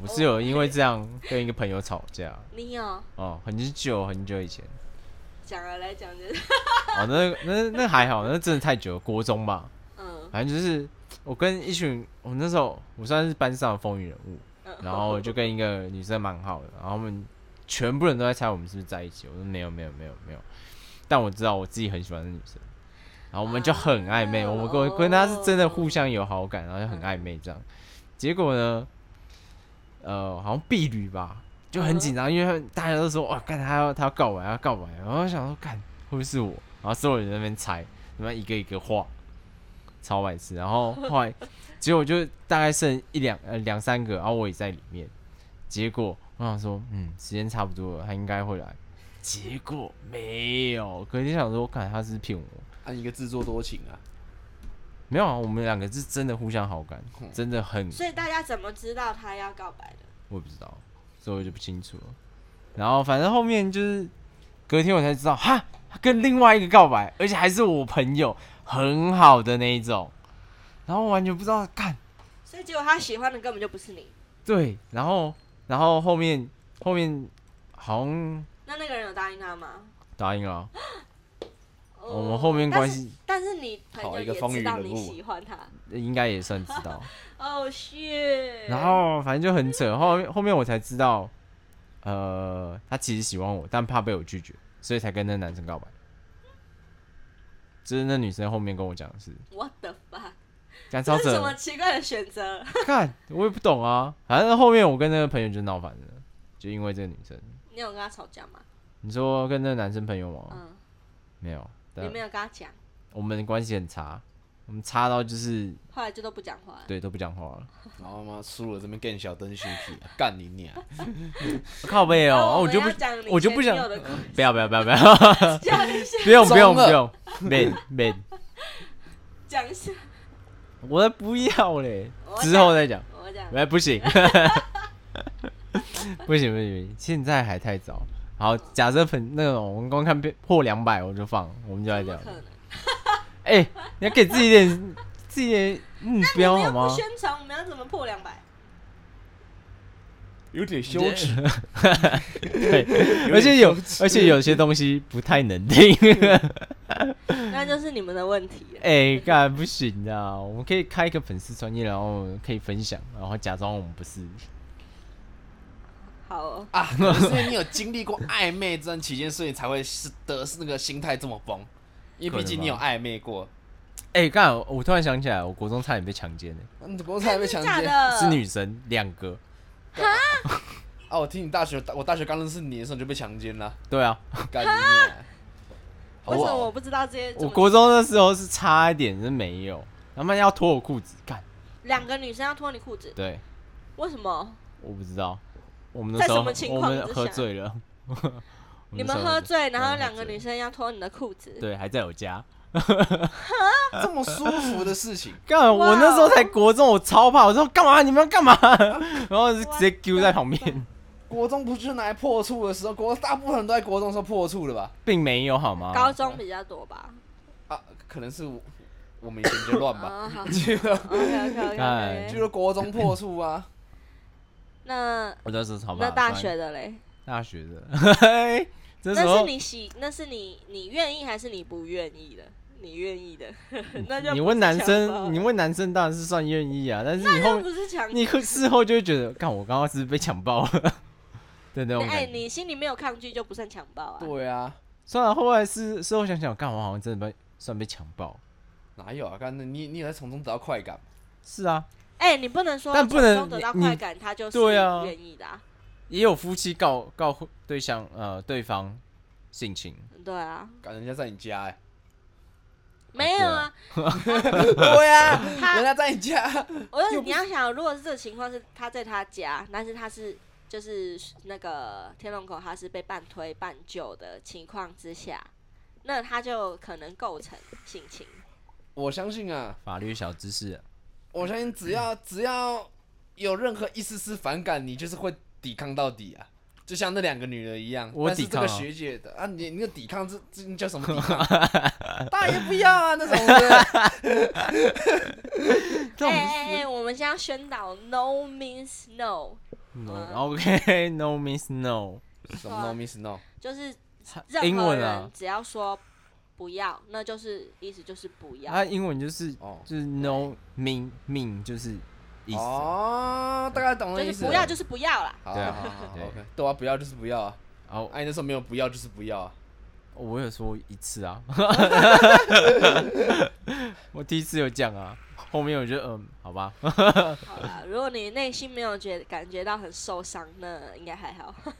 Speaker 3: 我是有因为这样跟一个朋友吵架。
Speaker 2: 你有
Speaker 3: 哦，很久很久以前，
Speaker 2: 讲了来讲就是，
Speaker 3: 哦，那那那还好，那真的太久了，国中吧，
Speaker 2: 嗯
Speaker 3: 反正就是我跟一群，我那时候我算是班上的风云人物，
Speaker 2: 嗯，
Speaker 3: 然 后就跟一个女生蛮好的，然后我们全部人都在猜我们是不是在一起，我说没有没有没有没有，但我知道我自己很喜欢那女生，然后我们就很暧昧，
Speaker 2: 啊
Speaker 3: 我们跟我跟她是真的互相有好感，然后就很暧昧这样，结果呢，呃，好像婢女吧，就很紧张，因为大家都说哇，干他要他要告白，他要告白，然后我想说干会不会是我，然后所有人在那边猜，他妈一个一个画，超白痴，然后后来结果就大概剩一两呃两三个，然后我也在里面，结果我想说嗯时间差不多了，他应该会来，结果没有，隔天想说看他是不是骗我，
Speaker 4: 按一个自作多情啊，
Speaker 3: 没有啊，我们两个是真的互相好感，真的很
Speaker 2: 所以大家怎么知道他要告白的？
Speaker 3: 我也不知道，所以我就不清楚了。然后反正后面就是隔天我才知道，哈，他跟另外一个告白，而且还是我朋友，很好的那一种。然后我完全不知道，干
Speaker 2: 所以结果他喜欢的根本就不是你。
Speaker 3: 对，然后然后后面后面好像
Speaker 2: 那那个人有答应他吗？
Speaker 3: 答应了啊，
Speaker 2: 哦
Speaker 3: 我们后面关系
Speaker 2: 但是但是你朋
Speaker 4: 好
Speaker 2: 友
Speaker 4: 一个
Speaker 2: 也
Speaker 4: 风云
Speaker 2: 知道
Speaker 4: 人
Speaker 2: 你
Speaker 4: 物
Speaker 2: 喜欢他。
Speaker 3: 应该也算知道。
Speaker 2: 哦、shit！
Speaker 3: 然后反正就很扯，后面后面我才知道，呃，他其实喜欢我，但怕被我拒绝，所以才跟那男生告白。就是那女生后面跟我讲的是，
Speaker 2: what the fuck？这
Speaker 3: 干超
Speaker 2: 是什么
Speaker 3: 扯，
Speaker 2: 奇怪的选择？
Speaker 3: 看我也不懂啊。反正后面我跟那个朋友就闹翻了，就因为这个女生。
Speaker 2: 你有跟他吵架吗？
Speaker 3: 你说跟那个男生朋友吗？
Speaker 2: 嗯，
Speaker 3: 没有，
Speaker 2: 你
Speaker 3: 但
Speaker 2: 没有跟他讲，
Speaker 3: 我们关系很差，我们差到就是
Speaker 2: 后来就都不讲话了。
Speaker 3: 对都不讲话了。
Speaker 4: 然后嘛输了这边更小灯熊皮，干你娘！
Speaker 3: 靠背
Speaker 2: 那
Speaker 3: 哦，
Speaker 2: 我
Speaker 3: 我
Speaker 2: 们
Speaker 3: 就不
Speaker 2: 要讲你
Speaker 3: 我就不
Speaker 2: 前
Speaker 3: 想
Speaker 2: 女友的故事，
Speaker 3: 不要不要不要不要，
Speaker 2: 讲一下，
Speaker 3: 不用不用不
Speaker 4: 中
Speaker 3: 用，man man。
Speaker 2: 讲一下，
Speaker 3: 我才不要嘞
Speaker 2: 我，
Speaker 3: 之后再讲。
Speaker 2: 我讲。
Speaker 3: 哎，不行， 不行不行，不行，现在还太早。好，假设粉那种我们光看破两百我就放，我们就来
Speaker 2: 怎
Speaker 3: 讲
Speaker 2: 么。可能？
Speaker 3: 哎、你要给自己一点 自己的目标
Speaker 2: 你
Speaker 3: 好
Speaker 2: 又
Speaker 3: 吗
Speaker 2: 不？宣传，我们要怎么破两百？
Speaker 4: 有点羞 耻，
Speaker 3: 对，而且有而且有些东西不太能听。
Speaker 2: 那就是你们的问题了。
Speaker 3: 哎，干不行的，我们可以开一个粉丝专业，然后可以分享，然后假装我们不是。
Speaker 2: 好、哦，
Speaker 4: 啊，可能是因为你有经历过暧昧这段期间，所以才会是得是那个心态这么崩。因为毕竟你有暧昧过，
Speaker 3: 哎，干，我突然想起来，我国中差点被强奸欸的，
Speaker 4: 你不是还被强
Speaker 2: 假
Speaker 4: 奸？
Speaker 2: 的，
Speaker 3: 是女生两个。
Speaker 4: 啊，我听你大学，我大学刚认识你的时候你就被强奸 了，
Speaker 3: 对啊，
Speaker 4: 干你娘！
Speaker 2: 为什么
Speaker 4: 好
Speaker 2: 我不知道这些？
Speaker 3: 我国中的时候是差一点是没有，他们要脱我裤子干，
Speaker 2: 两个女生要脱你裤子，
Speaker 3: 对，
Speaker 2: 为什么？
Speaker 3: 我不知道，我们那
Speaker 2: 在
Speaker 3: 时
Speaker 2: 什
Speaker 3: 候
Speaker 2: 么情
Speaker 3: 我
Speaker 2: 况
Speaker 3: 们
Speaker 2: 之
Speaker 3: 喝
Speaker 2: 下
Speaker 3: 醉了， 我
Speaker 2: 你
Speaker 3: 那
Speaker 2: 们
Speaker 3: 时候
Speaker 2: 喝醉，然
Speaker 3: 我
Speaker 2: 后
Speaker 3: 们喝
Speaker 2: 两个
Speaker 3: 醉
Speaker 2: 女生要脱你的裤子，
Speaker 3: 对还在我家，
Speaker 4: 不好这么舒服的 事情，
Speaker 3: 干
Speaker 2: 哇哦
Speaker 3: 我那时候才国中，我超怕，我说干嘛你们要干嘛， 然后就直接丢在旁边，
Speaker 4: 国中不是拿来破处的时候，国大部分人都在国中的时候破处了吧？
Speaker 3: 并没有好吗？
Speaker 2: 高中比较多吧。
Speaker 4: 啊，可能是我我们以前比较乱 吧，
Speaker 2: 啊，好
Speaker 4: 就
Speaker 2: ，OK OK
Speaker 3: 哎
Speaker 2: OK
Speaker 4: 就是国中破处啊，
Speaker 2: 那
Speaker 3: 我那时候超怕。
Speaker 2: 那大
Speaker 3: 突然
Speaker 2: 学的嘞？
Speaker 3: 大学的， 这时
Speaker 2: 那是
Speaker 3: 候
Speaker 2: 你喜，那是你你愿意还是你不愿意的？你愿意的， 那就
Speaker 3: 你
Speaker 2: 不
Speaker 3: 问
Speaker 2: 是
Speaker 3: 男
Speaker 2: 强暴
Speaker 3: 生，你问男生当然是算愿意啊，但是你后
Speaker 2: 那不是强
Speaker 3: 你会事后就会觉得，干我刚刚是不是被强暴了？对那种
Speaker 2: 哎、
Speaker 3: 感觉。
Speaker 2: 你心里没有抗拒就不算强暴啊。
Speaker 4: 对啊，
Speaker 3: 虽然后来是事后想想，干我好像真的被算被强暴。
Speaker 4: 哪有啊？刚才你你有在从中得到快感，
Speaker 3: 是啊，
Speaker 2: 哎、你不能说
Speaker 3: 但不能
Speaker 2: 从中得到
Speaker 3: 你
Speaker 2: 快感，他就是
Speaker 3: 对啊
Speaker 2: 愿意的、啊。
Speaker 3: 也有夫妻告告对象呃对方性侵，
Speaker 2: 对啊，
Speaker 4: 感觉人家在你家哎、
Speaker 2: 没有啊，
Speaker 4: 对 啊，人
Speaker 2: 他
Speaker 4: 家在你家，
Speaker 3: 啊
Speaker 2: 我就
Speaker 4: 又
Speaker 2: 是
Speaker 4: 不
Speaker 2: 你要想，如果是这个情况是他在他家，但是他是就是那个天龙口，他是被半推半就的情况之下，那他就可能构成性侵。
Speaker 4: 我相信啊，
Speaker 3: 法律小知识。
Speaker 4: 我相信只要只要有任何一丝丝反感，你就是会抵抗到底啊，就像那两个女的一样。
Speaker 3: 我
Speaker 4: 但是
Speaker 3: 抵抗啊
Speaker 4: 这个学姐的啊，你你的抵抗这这叫什么抵 抗？大爷不要啊，那种的。
Speaker 3: 这
Speaker 2: 哎
Speaker 3: 种
Speaker 2: 哎哎，我们现在要宣导 “no means no”，
Speaker 4: 嗯
Speaker 2: 嗯
Speaker 3: no OK no means no，
Speaker 4: 什
Speaker 2: 啊
Speaker 4: 么 no miss no？
Speaker 2: 就是
Speaker 3: 英
Speaker 2: 任何
Speaker 3: 文啊
Speaker 2: 人，只要说不要，那就是意思就是不要。
Speaker 3: 它啊英文就是
Speaker 4: 哦
Speaker 3: 就是 no mean mean 就是意思。
Speaker 4: 哦，大概懂了
Speaker 2: 就
Speaker 4: 意
Speaker 2: 是
Speaker 4: 思。
Speaker 2: 不要就是不要啦。
Speaker 4: 好
Speaker 3: 对啊
Speaker 4: 好好好
Speaker 3: 对
Speaker 4: ，OK，对啊，不要就是不要啊。
Speaker 3: 然后
Speaker 4: 哎，那时候没有不要就是不要啊。
Speaker 3: 哦我有说一次 啊，我第一次有讲啊，后面我就嗯，好吧，
Speaker 2: 好啦，如果你内心没有觉感觉到很受伤，那应该还好。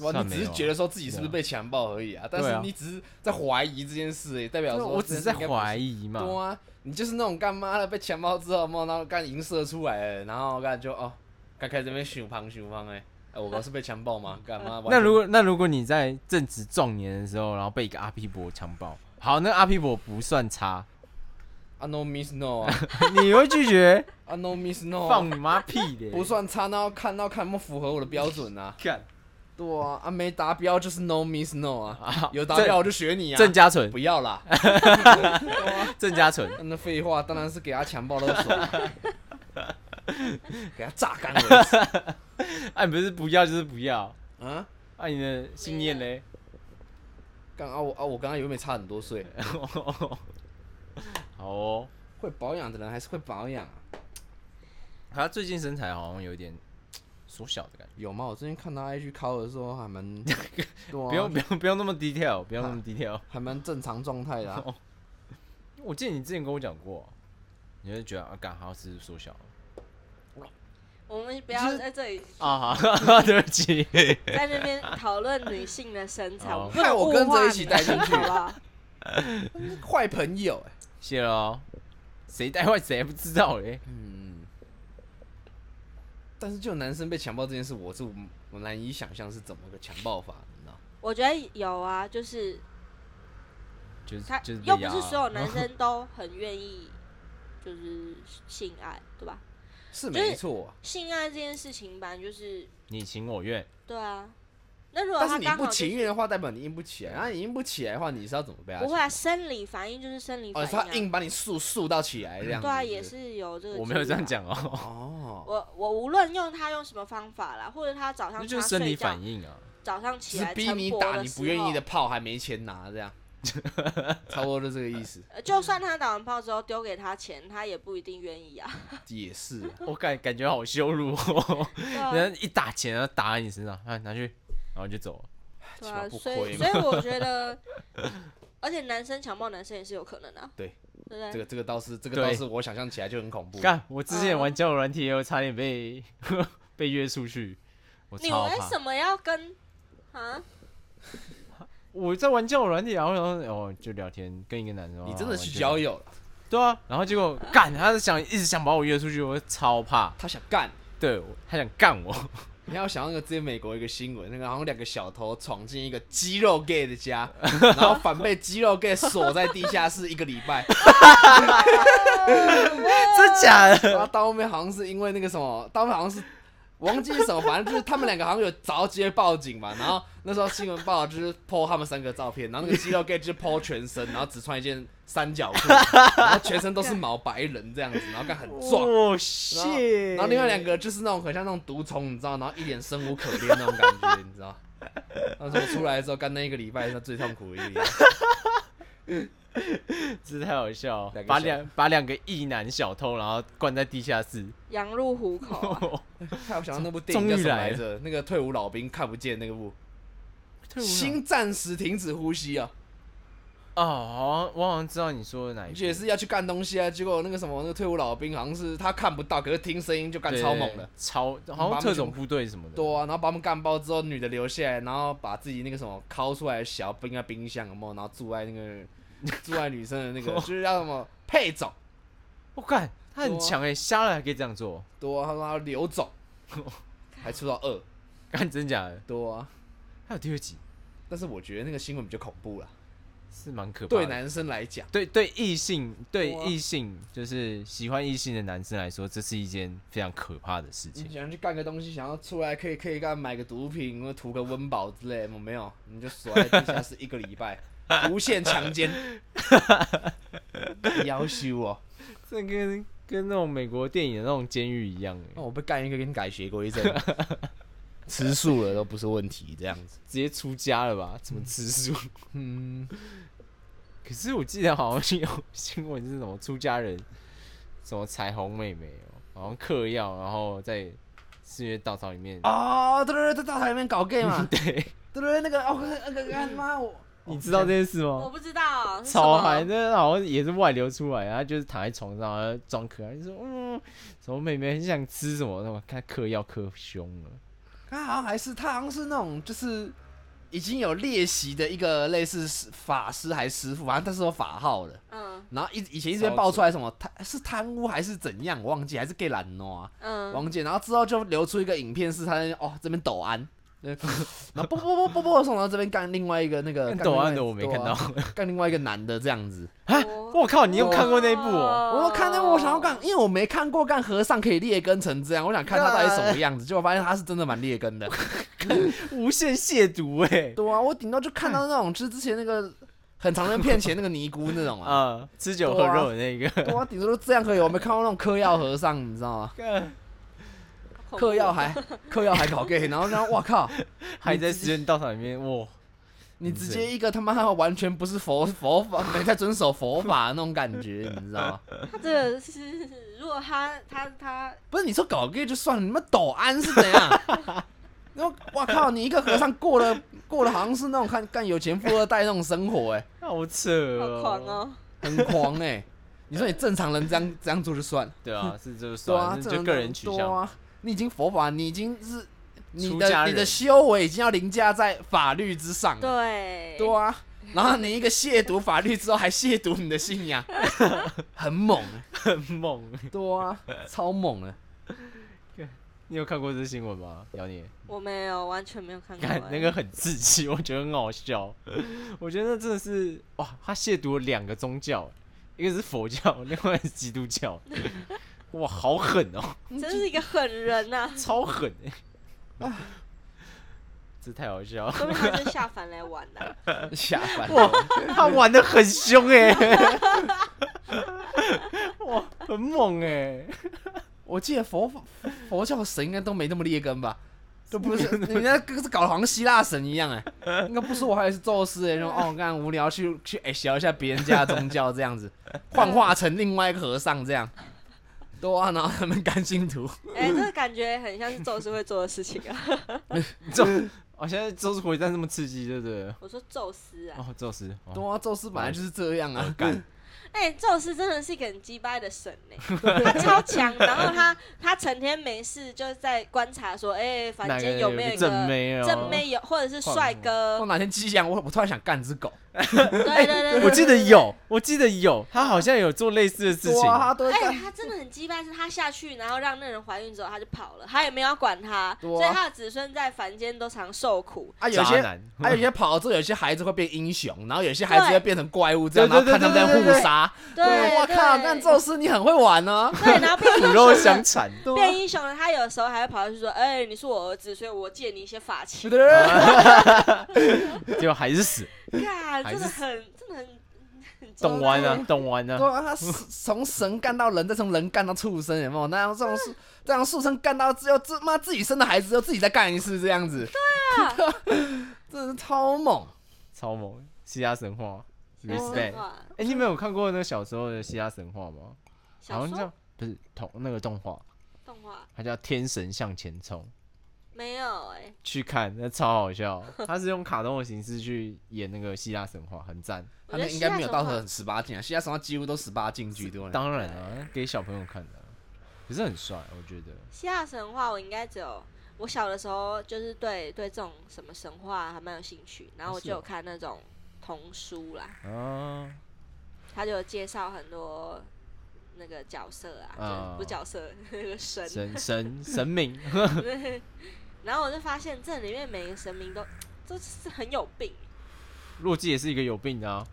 Speaker 4: 哇，
Speaker 3: 算
Speaker 4: 你
Speaker 3: 没
Speaker 4: 只是
Speaker 3: 有啊
Speaker 4: 觉得说自己是不是
Speaker 3: 对啊
Speaker 4: 被强暴而已啊？但
Speaker 3: 对
Speaker 4: 是
Speaker 3: 啊
Speaker 4: 你只是在怀疑这件事，哎，代表说
Speaker 3: 我只是在怀
Speaker 4: 疑。
Speaker 3: 疑嘛，
Speaker 4: 多啊，你就是那种干妈的被强暴之后，梦到干银射出来了，然后干就哦，干开始这边熊胖熊 胖哎，哎我是被强暴吗？干妈完全
Speaker 3: 那如果那如果你在正值壮年的时候，然后被一个阿皮伯强暴，好，那阿皮伯不算差，
Speaker 4: 啊 no miss no 啊
Speaker 3: 你会拒 绝？
Speaker 4: 啊 no miss no 啊
Speaker 3: 放你妈屁的！
Speaker 4: 不算差，那要看到看有没有符合我的标准 啊。
Speaker 3: 干
Speaker 4: 对啊，啊没达标就是 no miss no 啊
Speaker 3: 啊，
Speaker 4: 有达
Speaker 3: 郑
Speaker 4: 标我就学你啊。
Speaker 3: 郑家纯
Speaker 4: 不，要 啦，
Speaker 3: 郑家纯，
Speaker 4: 那废话当然是给他强暴勒 索，给他榨干为止
Speaker 3: 哎，不是不要就是不要，
Speaker 4: 啊。
Speaker 3: 啊，你的信念嘞？
Speaker 4: 刚啊我啊我刚刚以为没差很多岁，
Speaker 3: 好哦，
Speaker 4: 会保养的人还是会保养啊。
Speaker 3: 他最近身材好像有点缩小的感觉，
Speaker 4: 有吗？我最近看他 IG 考的时候还蛮， 对啊
Speaker 3: 不用不用不用那么低调，不用那么低调。
Speaker 4: 还蛮正常状态的啊、
Speaker 3: 哦我记得你之前跟我讲过，你就觉得啊，干好像是缩小了
Speaker 2: 我们不
Speaker 4: 就
Speaker 2: 要
Speaker 4: 是
Speaker 2: 在这里
Speaker 3: 啊， 好对不起。
Speaker 2: 在那边讨论女性的身材，
Speaker 3: 好
Speaker 2: 我们不能
Speaker 4: 害我跟着一起
Speaker 2: 物化
Speaker 4: 带进去
Speaker 2: 女性好不好？
Speaker 4: 坏朋友、欸，
Speaker 3: 谢喽。谁带坏谁还不知道欸嘞？
Speaker 4: 嗯。但是就男生被强暴这件事，我是无我难以想象是怎么个强暴法，你知道？
Speaker 2: 我觉得有啊，就是
Speaker 3: 就是
Speaker 2: 他
Speaker 3: 就是被
Speaker 2: 又不
Speaker 3: 压
Speaker 2: 是
Speaker 3: 啊
Speaker 2: 所有男生都很愿意，就是性爱，对吧？
Speaker 4: 是
Speaker 2: 就是
Speaker 4: 没错啊、
Speaker 2: 性爱这件事情吧，就是
Speaker 3: 你情我愿，
Speaker 2: 对啊。那如果
Speaker 4: 但
Speaker 2: 他
Speaker 4: 是你
Speaker 2: 刚好
Speaker 4: 不
Speaker 2: 就是
Speaker 4: 情愿的话，代表你硬不起来。然啊后你硬不起来的话，你是要怎么被他？
Speaker 2: 不会啊，生理反应就是生理反
Speaker 4: 哦，
Speaker 2: 应、
Speaker 4: 是
Speaker 2: 啊
Speaker 4: 他硬把你塑塑到起来这样子。
Speaker 2: 对啊，
Speaker 4: 不
Speaker 2: 也。是有这个。
Speaker 3: 我没有这样。讲哦，
Speaker 4: 哦，
Speaker 2: 我我无论用他用什么方法啦，或者他早上
Speaker 3: 那就是
Speaker 2: 他
Speaker 3: 生理
Speaker 2: 睡觉
Speaker 3: 反应啊。
Speaker 2: 早上
Speaker 4: 只
Speaker 2: 起
Speaker 4: 是
Speaker 2: 来
Speaker 4: 逼
Speaker 2: 晨
Speaker 4: 你
Speaker 2: 勃
Speaker 4: 打
Speaker 2: 的
Speaker 4: 你
Speaker 2: 时
Speaker 4: 不愿意
Speaker 2: 候
Speaker 4: 的炮，还没钱拿这样。差不多就这个意思。
Speaker 2: 呃就算他打完炮之后丢给他钱，他也不一定愿意 啊。
Speaker 4: 也是啊，
Speaker 3: 我感感觉好羞 辱哦，
Speaker 2: 对啊
Speaker 3: 人家一打钱然后打在你身上，哎，拿去，然后就走了。
Speaker 2: 对
Speaker 4: 起码
Speaker 2: 啊，
Speaker 4: 不
Speaker 2: 所
Speaker 4: 亏
Speaker 2: 以
Speaker 4: 嘛
Speaker 2: 所以我觉得， 而且男生强暴男生也是有可能的、啊，
Speaker 4: 对，
Speaker 2: 对不对？
Speaker 4: 这个这个倒是这个
Speaker 3: 对
Speaker 4: 倒是我想象起来就很恐怖。
Speaker 3: 干，我之前玩交友软体也有差点被 被约出去，我
Speaker 2: 你
Speaker 3: 超
Speaker 2: 为
Speaker 3: 怕
Speaker 2: 什。么要 跟啊？
Speaker 3: 我在玩交友软体，然后然后哦就聊天，跟一个男生。哦
Speaker 4: 你真的去交
Speaker 3: 友？
Speaker 4: 友了？
Speaker 3: 对啊，然后结果干，他是想一直想把我约出去，我超怕。
Speaker 4: 他想干？
Speaker 3: 对，我他想干 我。
Speaker 4: 你要想那个之前美国一个新闻，那个好像两个小偷闯进一个肌肉 gay 的家，然后反被肌肉 gay 锁在地下室一个礼拜，
Speaker 3: 真假的？
Speaker 4: 然后到后面好像是因为那个什么，到后面好像是我忘记是什么，反正就是他们两个好像有着急报警嘛。然后那时候新闻报道就是 PO 他们三个照片，然后那个肌肉 gay 就是 PO 全身，然后只穿一件三角裤，然后全身都是毛白人这样子，然后看很壮。
Speaker 3: 哦，
Speaker 4: 然后
Speaker 3: 谢。
Speaker 4: 然后另外两个就是那种很像那种毒虫，你知道，然后一脸生无可恋那种感觉，你 知道。那时候出来的时候，干那一个礼拜是他最痛苦的一个礼拜。
Speaker 3: 这太好笑了
Speaker 4: 两个，
Speaker 3: 把
Speaker 4: 小
Speaker 3: 两把两个异男小偷，然后关在地 下室。哦
Speaker 2: 羊入虎口、 啊，
Speaker 4: 害我想到那部电影叫什
Speaker 3: 终于
Speaker 4: 么
Speaker 3: 来
Speaker 4: 来着？那个退伍老兵看不见那个部，
Speaker 3: 退伍了
Speaker 4: 心暂时停止呼吸啊！
Speaker 3: 哦，好像我好像知道你说的哪一
Speaker 4: 而
Speaker 3: 部，
Speaker 4: 且是要去干东西啊，结果那个什么，那个退伍老兵好像是他看不到，可是听声音就干
Speaker 3: 对
Speaker 4: 超猛的。，
Speaker 3: 超好
Speaker 4: 把他们
Speaker 3: 像特
Speaker 4: 全
Speaker 3: 种
Speaker 4: 部
Speaker 3: 部队什么的。
Speaker 4: 对啊，然后把他们干爆之后，女的留下来，然后把自己那个什么抠出来的小冰在冰箱，有没有？然后住在那个住在女生的 那个，就是叫什么配种。
Speaker 3: 我干，他很
Speaker 4: 对啊
Speaker 3: 强哎，瞎了还可以这样做，
Speaker 4: 多、啊，他妈刘总，还出到二
Speaker 3: 干真假的？
Speaker 4: 多、啊，
Speaker 3: 还有第二集
Speaker 4: 但是我觉得那个新闻比较恐怖啦，
Speaker 3: 是蛮可怕
Speaker 4: 对
Speaker 3: 的。
Speaker 4: 男生来讲，
Speaker 3: 对对异性对
Speaker 4: 对啊
Speaker 3: 异性就是喜欢异性的男生来说，这是一件非常可怕的事
Speaker 4: 你
Speaker 3: 情。
Speaker 4: 想去干个东西，想要出来可以可以干买个毒品，或图个温饱之类的，没有，你就锁在地下室一个礼拜，无限强奸，要羞哦，
Speaker 3: 这跟跟那种美国电影的那种监狱一样
Speaker 4: 那
Speaker 3: 哎，
Speaker 4: 哦我被干一个跟改邪归正，吃素了都不是问题，这样子，
Speaker 3: 直接出家了吧？怎么吃素？
Speaker 4: 嗯，
Speaker 3: 可是我记得好像有新闻是什么出家人，什么彩虹妹妹哦，好像嗑药，然后在四月稻草里面。
Speaker 4: 哦，对对对，在大台里面搞 gay 嘛，
Speaker 3: 对，
Speaker 4: 对对对，那个哦，那个干妈我。
Speaker 3: 你知道这件事
Speaker 2: 我
Speaker 3: 吗？
Speaker 2: 不知道。啊是什
Speaker 3: 草
Speaker 2: 么
Speaker 3: 海那好像也是外流出来，然后就是躺在床上，然后装可爱，就说嗯，什么妹妹很想吃什么，那么看嗑药嗑凶了。
Speaker 4: 他好像还是他好像是那种就是已经有练习的一个类似是法师还是师傅，反正他是有法号的。
Speaker 2: 嗯
Speaker 4: 然后一以前一直被爆出来什么贪是贪污还是怎样，我忘记还是 gay 懒挪啊，
Speaker 2: 嗯，
Speaker 4: 忘记。然后之后就流出一个影片，是他在那边哦这边抖安， 对然后啵啵啵啵啵送到这边干另外一个那个
Speaker 3: 干
Speaker 4: 干
Speaker 3: 抖
Speaker 4: 另外
Speaker 3: 安的我没
Speaker 4: 对
Speaker 3: 看
Speaker 4: 啊
Speaker 3: 到， 啊
Speaker 4: 干另外一个男的这样子。
Speaker 2: 我
Speaker 3: 我靠，你有看过那一部哦？
Speaker 4: 我都看那个，我想要干，因为我没看过干和尚可以劣根成这样，我想看他到底什么样子，结果发现他是真的蛮劣根的。
Speaker 3: 无限亵渎哎，
Speaker 4: 对啊，我顶多就看到那种，就是之前那个很常人骗钱那个尼姑那种啊。
Speaker 3: 啊，吃酒喝肉的那个，
Speaker 4: 对啊，顶多就这样可以。我没看过那种嗑药和尚，你知道吗？
Speaker 3: 干
Speaker 2: 恐怖
Speaker 4: 嗑药还嗑药还搞 gay，然后然后哇靠，
Speaker 3: 还在时间稻草里面，哇，
Speaker 4: 你直接一个他妈完全不是佛佛法，没在遵守佛法的那种感觉，你知道吗？
Speaker 2: 他这个是，如果他他他
Speaker 4: 不是你说搞 gay 就算了，你们抖安是怎样？ 然后哇靠，你一个和尚过了过了好像是那种看干有钱富二代那种生活、欸，
Speaker 3: 好扯哦，
Speaker 2: 好狂！哦，
Speaker 4: 很狂哎、你说你正常人这样这样做就算了。
Speaker 3: 对啊，是
Speaker 4: 对
Speaker 3: 就是算
Speaker 4: 啊
Speaker 3: 了，，
Speaker 4: 这
Speaker 3: 那就个人取
Speaker 4: 多
Speaker 3: 向。
Speaker 4: 啊。你已经佛法，你已经是你
Speaker 3: 出家
Speaker 4: 的
Speaker 3: 人
Speaker 4: 你的修为已经要凌驾在法律之上了，
Speaker 2: 对
Speaker 4: 对啊。然后你一个亵渎法律之后，还亵渎你的信 仰，很猛，
Speaker 3: 很猛。
Speaker 4: 对啊，超猛的。
Speaker 3: 你有看过这新闻吗？姚念，
Speaker 2: 我没有完全没有看过
Speaker 3: 看
Speaker 2: 欸
Speaker 3: 那个很刺激，我觉得很好笑。我觉得那真的是哇，他亵渎了两个宗教，一个是佛教，另外是基督教。哇，好狠哦，
Speaker 2: 真是一个狠人呐，
Speaker 3: 超狠哎、这太好笑了，
Speaker 2: 说明他是下凡来玩的。
Speaker 4: 下班
Speaker 3: 哇，他玩的很凶哎、哇，很猛哎、
Speaker 4: 我记得佛佛佛教神应该都没那么劣根吧？就不 是你们家是搞得好像希腊神一样哎、应该不是我还是宙斯哎、欸，说哦干无聊去去哎学一下别人家的宗教这样 子，幻化成另外一个和尚这样，对啊，然后他们甘心图，
Speaker 3: 哦
Speaker 2: 哎、这个感觉很像是宙斯会做的事情啊。
Speaker 3: 宙，哦，现在宙斯火战这么刺激，对不对？
Speaker 2: 我说宙斯啊，
Speaker 3: 哦，宙斯，哦
Speaker 4: 对啊，宙斯本来就是这样啊，
Speaker 3: 干，
Speaker 2: 哎、宙斯真的是一个很鸡掰的神呢、他超强，然后他他成天没事就在观察说，哎、
Speaker 3: 哪
Speaker 2: 凡
Speaker 3: 个
Speaker 2: 间有没有
Speaker 3: 有
Speaker 2: 一个
Speaker 3: 正妹哦？
Speaker 2: 正妹有，或者是帅
Speaker 4: 我
Speaker 2: 哥，
Speaker 4: 哪天激想我我突然想干只狗，
Speaker 2: 对对对对，
Speaker 3: 我记得
Speaker 2: 对。
Speaker 3: 有，我记得有，他好像有做类似的事
Speaker 4: 对
Speaker 3: 情。
Speaker 4: 啊，他都会
Speaker 2: 哎、
Speaker 4: 干，
Speaker 2: 他真的很鸡掰，是他下去，然后让那人怀孕之后，他就跑了，他也没有要管他，
Speaker 4: 对啊
Speaker 2: 所以他的子孙在凡间都常受苦。
Speaker 4: 啊有
Speaker 3: 渣
Speaker 4: 些
Speaker 3: 男
Speaker 4: 啊有 些跑了之后，有些孩子会变英雄，然后有些孩子
Speaker 2: 对
Speaker 4: 会变成怪物这样，
Speaker 3: 对
Speaker 4: 然后
Speaker 3: 对
Speaker 4: 看他们在
Speaker 3: 对对对
Speaker 4: 互杀，
Speaker 2: 对，
Speaker 4: 我
Speaker 2: 对
Speaker 4: 靠，但宙斯你很会玩啊呢，
Speaker 2: 对，然后变
Speaker 3: 骨肉相残，
Speaker 4: 对啊
Speaker 2: 变英雄了，他有时候还会跑过去说：“哎、你是我儿子，所以我借你一些法器。
Speaker 4: 对对对。
Speaker 3: 结果还是死。”
Speaker 2: 看，
Speaker 3: 还
Speaker 2: 真
Speaker 3: 是
Speaker 2: 的很，真的很，很糟糕
Speaker 3: 懂玩啊，懂玩啊
Speaker 4: 对，啊，他是从神干到人，再从人干到畜生，有没有？那样这种畜这样畜生干到之后，自妈自己生的孩子又自己再干一次，这样子。对啊， 真是超猛！
Speaker 3: 超猛！希腊神话
Speaker 2: 然后
Speaker 3: ，respect。哎、
Speaker 2: 哇
Speaker 3: 你们有看过那个小时候的希腊神话吗？好
Speaker 2: 小
Speaker 3: 像
Speaker 2: 说
Speaker 3: 叫不是同那个动画，
Speaker 2: 动画
Speaker 3: 它叫《天神向前冲》。
Speaker 2: 没有哎、
Speaker 3: 去看，那超 好笑。它是用卡通的形式去演那个希腊神话，很赞。
Speaker 2: 我
Speaker 4: 他
Speaker 2: 觉
Speaker 4: 那
Speaker 2: 得
Speaker 4: 应
Speaker 2: 希
Speaker 4: 该
Speaker 2: 腊
Speaker 4: 没有
Speaker 2: 神
Speaker 4: 到
Speaker 2: 话
Speaker 4: 很十八禁啊，现在什么几乎都十八禁居多。
Speaker 3: 当然啊，给小朋友看的啊、可是很帅，我觉得。
Speaker 2: 希腊神话，我应该只有我小的时候就是对对这种什么神话还蛮有兴趣，然后我
Speaker 3: 是
Speaker 2: 就有
Speaker 3: 哦
Speaker 2: 看那种童书啦，
Speaker 3: 啊，
Speaker 2: 他就有介绍很多那个角色啊，就是不
Speaker 3: 哦
Speaker 2: 是角色那个神，
Speaker 3: 神神神明，
Speaker 2: 然后我就发现这里面每个神明都都是很有病。
Speaker 3: 洛基也是一个有病的啊。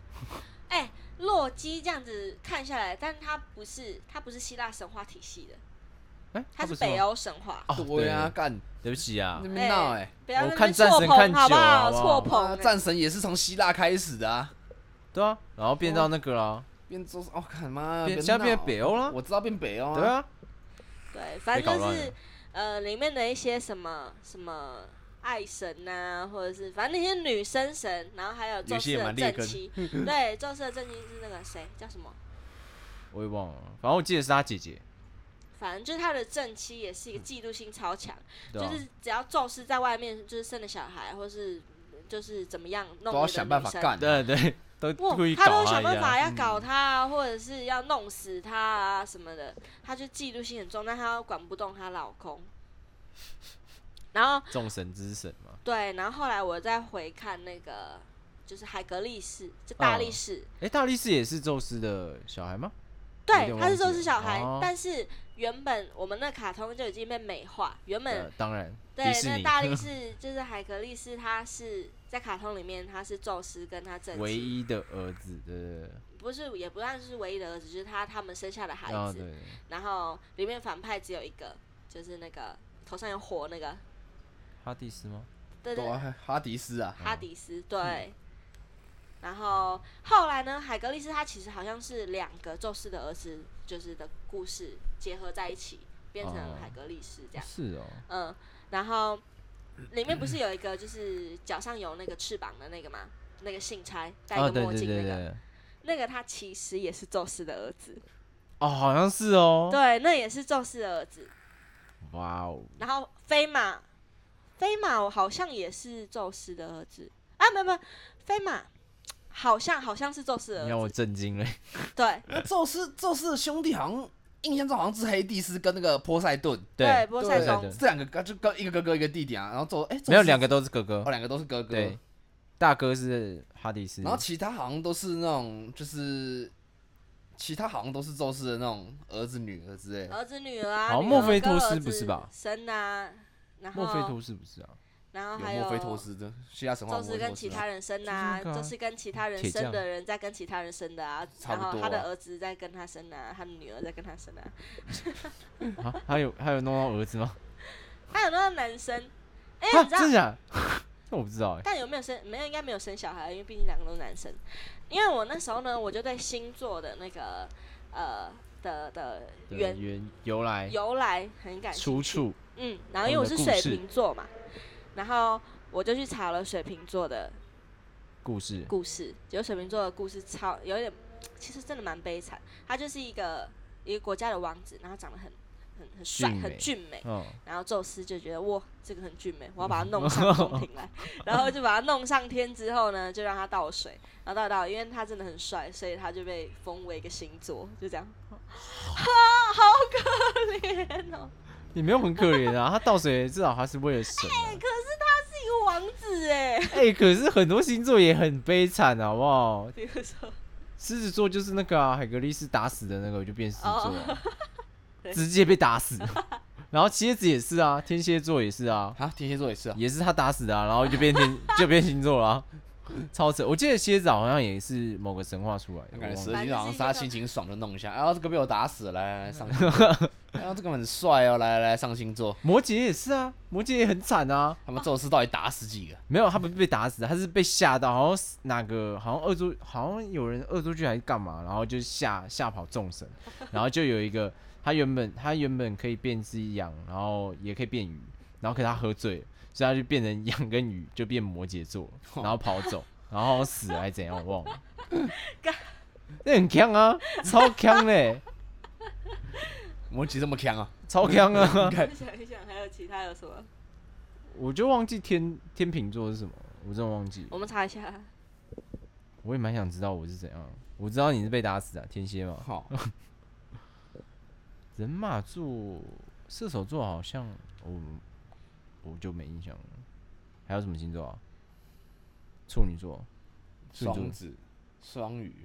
Speaker 2: 哎、洛基这样子看下来，但他不是他不是希腊神话体系的，
Speaker 3: 哎、
Speaker 2: 他
Speaker 3: 不
Speaker 2: 是
Speaker 3: 是吗
Speaker 2: 北。欧神话。
Speaker 3: 哦，
Speaker 4: 对啊，，干
Speaker 3: 对不起啊
Speaker 4: 你，们闹哎！
Speaker 2: 不要在
Speaker 3: 我
Speaker 2: 那
Speaker 3: 看
Speaker 2: 边
Speaker 3: 战
Speaker 2: 错
Speaker 3: 神
Speaker 2: 捧
Speaker 3: 看久
Speaker 2: 好不
Speaker 3: 好
Speaker 2: 好？
Speaker 3: 不
Speaker 2: 错
Speaker 3: 好
Speaker 2: 捧、欸
Speaker 4: 啊战神也是从希腊开始的啊，
Speaker 3: 对啊，然后变到那个啦，
Speaker 4: 变宙斯哦，看妈，
Speaker 3: 变
Speaker 4: 别
Speaker 3: 现在变
Speaker 4: 闹
Speaker 3: 北欧啦
Speaker 4: 我知道变北欧
Speaker 2: 哦
Speaker 3: 对，啊，
Speaker 2: 对，反
Speaker 3: 搞
Speaker 2: 正就
Speaker 3: 乱
Speaker 2: 是
Speaker 3: 了
Speaker 2: 呃，里面的一些什么什么爱神呐、或者是反正那些女生神，然后还有宙
Speaker 4: 有些
Speaker 2: 斯
Speaker 4: 也
Speaker 2: 的
Speaker 4: 蛮劣
Speaker 2: 正 妻，对，宙斯的正妻是那个谁叫什么？
Speaker 3: 我也忘了，反正我记得是他姐姐，
Speaker 2: 反正就是他的正妻也
Speaker 4: 嗯
Speaker 2: 是一个嫉妒心超强，
Speaker 3: 对啊
Speaker 2: 就，是只要宙斯在外面就是生了小孩，或是就是怎么样弄
Speaker 4: 都要
Speaker 2: 你的
Speaker 4: 想办
Speaker 2: 女
Speaker 4: 法
Speaker 2: 生
Speaker 4: 干。啊
Speaker 3: 对对，都
Speaker 2: 哇
Speaker 3: 故意，搞
Speaker 2: 他都会
Speaker 3: 他
Speaker 2: 想
Speaker 3: 一嗯
Speaker 2: 办法
Speaker 3: 下。
Speaker 2: 要搞他啊，或者是要弄死他啊什么的，他就嫉妒心很重，但他管不动她老公。 然后
Speaker 3: 众神之神嘛，
Speaker 2: 对，然后后来我再回看那个，就是海格力士，就大力
Speaker 3: 嗯
Speaker 2: 士，
Speaker 3: 哎，大力士也是宙斯的小孩吗？有
Speaker 2: 对
Speaker 3: 点，
Speaker 2: 他是
Speaker 3: 忘
Speaker 2: 宙
Speaker 3: 记
Speaker 2: 斯
Speaker 3: 了
Speaker 2: 小孩，
Speaker 3: 哦
Speaker 2: 但是原本我们那卡通就已经被美化，原本
Speaker 3: 呃，当然，
Speaker 2: 嗯对
Speaker 3: 迪士
Speaker 2: 那
Speaker 3: 尼
Speaker 2: 大力士就是海格力士，他是在卡通里面他是宙斯跟他正
Speaker 3: 唯
Speaker 2: 妻，
Speaker 3: 一的儿子，对对
Speaker 2: 不是也不算是唯一的儿子，就是他他们生下的孩
Speaker 3: 对，啊
Speaker 2: 子，
Speaker 3: 对，
Speaker 2: 然后里面反派只有一个，就是那个头上有火那个，
Speaker 3: 哈蒂斯吗？
Speaker 2: 对对
Speaker 4: 对啊，哈迪斯啊，
Speaker 3: 嗯
Speaker 2: 哈迪斯对。然后后来呢，海格力斯他其实好像是两个宙斯的儿子，就是的故事结合在一起，变成
Speaker 3: 哦
Speaker 2: 海格力斯这样。
Speaker 3: 是哦，
Speaker 2: 嗯，然后里面不是有一个就是脚上有那个翅膀的那个吗？那个信差戴
Speaker 3: 啊，
Speaker 2: 个
Speaker 3: 对
Speaker 2: 墨
Speaker 3: 对
Speaker 2: 镜那
Speaker 3: 对
Speaker 2: 个，
Speaker 3: 对，
Speaker 2: 那个他其实也是宙斯的儿子，
Speaker 3: 哦，好像是哦，
Speaker 2: 对，那也是宙斯的儿子。
Speaker 3: 哇哦，
Speaker 2: 然后飞马，飞马我好像也是宙斯的儿子啊，没有没有，飞马好像好像是宙斯的
Speaker 3: 你让我
Speaker 2: 儿子，
Speaker 3: 震惊了，
Speaker 2: 对
Speaker 4: 宙斯宙斯的兄弟好像印象中好像是黑帝斯跟那个波塞顿，
Speaker 2: 对，
Speaker 3: 对，
Speaker 2: 波塞
Speaker 3: 对对
Speaker 2: 冬
Speaker 3: 对
Speaker 4: 这两个哥就跟一个哥哥一个弟弟啊，然后宙哎、宙斯
Speaker 3: 没有两个都是哥哥
Speaker 4: 哦，，两个都是哥哥，
Speaker 3: 对，大哥是哈迪斯，
Speaker 4: 然后其他好像都是那种就是其他好像都是宙斯的那种儿子女儿之类的，
Speaker 2: 儿子女儿啊，
Speaker 3: 好像
Speaker 2: 女儿
Speaker 3: 墨菲
Speaker 2: 跟
Speaker 3: 托斯
Speaker 2: 儿
Speaker 3: 不是
Speaker 2: 子
Speaker 3: 吧
Speaker 2: 生啊，然后
Speaker 3: 墨菲托斯不是啊？
Speaker 2: 然后还
Speaker 4: 有墨菲托斯的希腊神话
Speaker 2: 宙
Speaker 4: 墨
Speaker 2: 斯
Speaker 4: 菲托
Speaker 3: 哦
Speaker 4: 斯啊，
Speaker 2: 跟其他人生的、
Speaker 3: 就
Speaker 2: 啊，
Speaker 3: 是那个啊
Speaker 2: 宙斯跟其他人
Speaker 3: 铁
Speaker 2: 生
Speaker 3: 匠
Speaker 2: 的人在跟其他人生的啊，
Speaker 4: 差
Speaker 2: 然
Speaker 4: 不多啊
Speaker 2: 后他的儿子在跟他生啊，他的女儿在跟他生啊，嗯
Speaker 3: 啊，还有还有弄到儿子吗？
Speaker 2: 他有那个男生，哎、
Speaker 3: 啊，
Speaker 2: 你知道
Speaker 3: 真的假的？ 那我不知道哎，
Speaker 2: 但有没有生？没有，应该没有生小孩，因为毕竟两个都是男生。因为我那时候呢，我就对星座的那个呃的的
Speaker 3: 对
Speaker 2: 原
Speaker 3: 原由来
Speaker 2: 由来很感兴
Speaker 3: 出
Speaker 2: 趣。
Speaker 3: 处
Speaker 2: 嗯，然后因为我
Speaker 3: 他
Speaker 2: 是
Speaker 3: 们的故
Speaker 2: 水
Speaker 3: 事
Speaker 2: 瓶座嘛，然后我就去查了水瓶座的
Speaker 3: 故事
Speaker 2: 故事，结果水瓶座的故事超有点，其实真的蛮悲惨。他就是一个一个国家的王子，然后长得很很很帅，
Speaker 3: 俊美
Speaker 2: 很俊美。
Speaker 3: 嗯，
Speaker 2: 然后宙斯就觉得哇，这个很俊美，我要把它弄上宫廷 来，然后就把它弄上天之后呢，就让它倒水，然后倒倒，因为他真的很帅，所以他就被封为一个星座，就这样，啊，好可怜哦，
Speaker 3: 你没有很可怜啊，他倒水至少他是为 了神、
Speaker 2: 哎
Speaker 3: 啊。
Speaker 2: 是一个王子哎，
Speaker 3: 哎、可是很多星座也很悲惨，好不好？
Speaker 2: 比如说
Speaker 3: 狮子座就是那个啊，海格力斯打死的那个，我就变狮子座了、
Speaker 2: 哦 对
Speaker 3: 直接被 打死。然后蝎子也是啊，天蝎座也是啊，
Speaker 4: 啊，天蝎座也是啊，
Speaker 3: 也是他打死的、啊，然后就 变天就变星座了啊、超扯！我记得蝎子好像也是某个神话出来的，
Speaker 4: 感
Speaker 3: 我
Speaker 4: 觉
Speaker 3: 忘
Speaker 4: 蛇
Speaker 3: 了
Speaker 2: 反
Speaker 4: 精
Speaker 2: 正
Speaker 4: 好像
Speaker 2: 就是
Speaker 4: 是他
Speaker 2: 一个
Speaker 4: 心情爽就弄一下，啊，这个被我打死了，来来来上星座， 哎呀，这个很帅哦，来来来上星座，
Speaker 3: 摩羯也是啊，摩羯也很惨啊。
Speaker 4: 他们宙斯到底打死几个？
Speaker 3: 没有，他不是被打死，他是被吓到，好像是哪个好像恶作，好像有人恶作剧还是干嘛，然后就吓吓跑众神，然后就有一个他原本他原本可以变只羊，然后也可以变鱼，然后可是他喝醉了，所以他就变成羊跟鱼，就变摩羯座，然后跑走，然后死了还是怎样，我忘了。那很强啊，超强嘞、
Speaker 4: 摩羯这么强啊？
Speaker 3: 超强啊！
Speaker 2: 我想一想还有其他有什么，
Speaker 3: 我就忘记天天秤座是什么，我真的忘记了。
Speaker 2: 我们查一下，
Speaker 3: 我也蛮想知道我是怎样。我知道你是被打死啊，天蝎嘛。
Speaker 4: 好，
Speaker 3: 人马座、射手座好像我我就没印象了。还有什么星座啊？处女座、处女
Speaker 4: 双
Speaker 3: 座、
Speaker 4: 子、双鱼，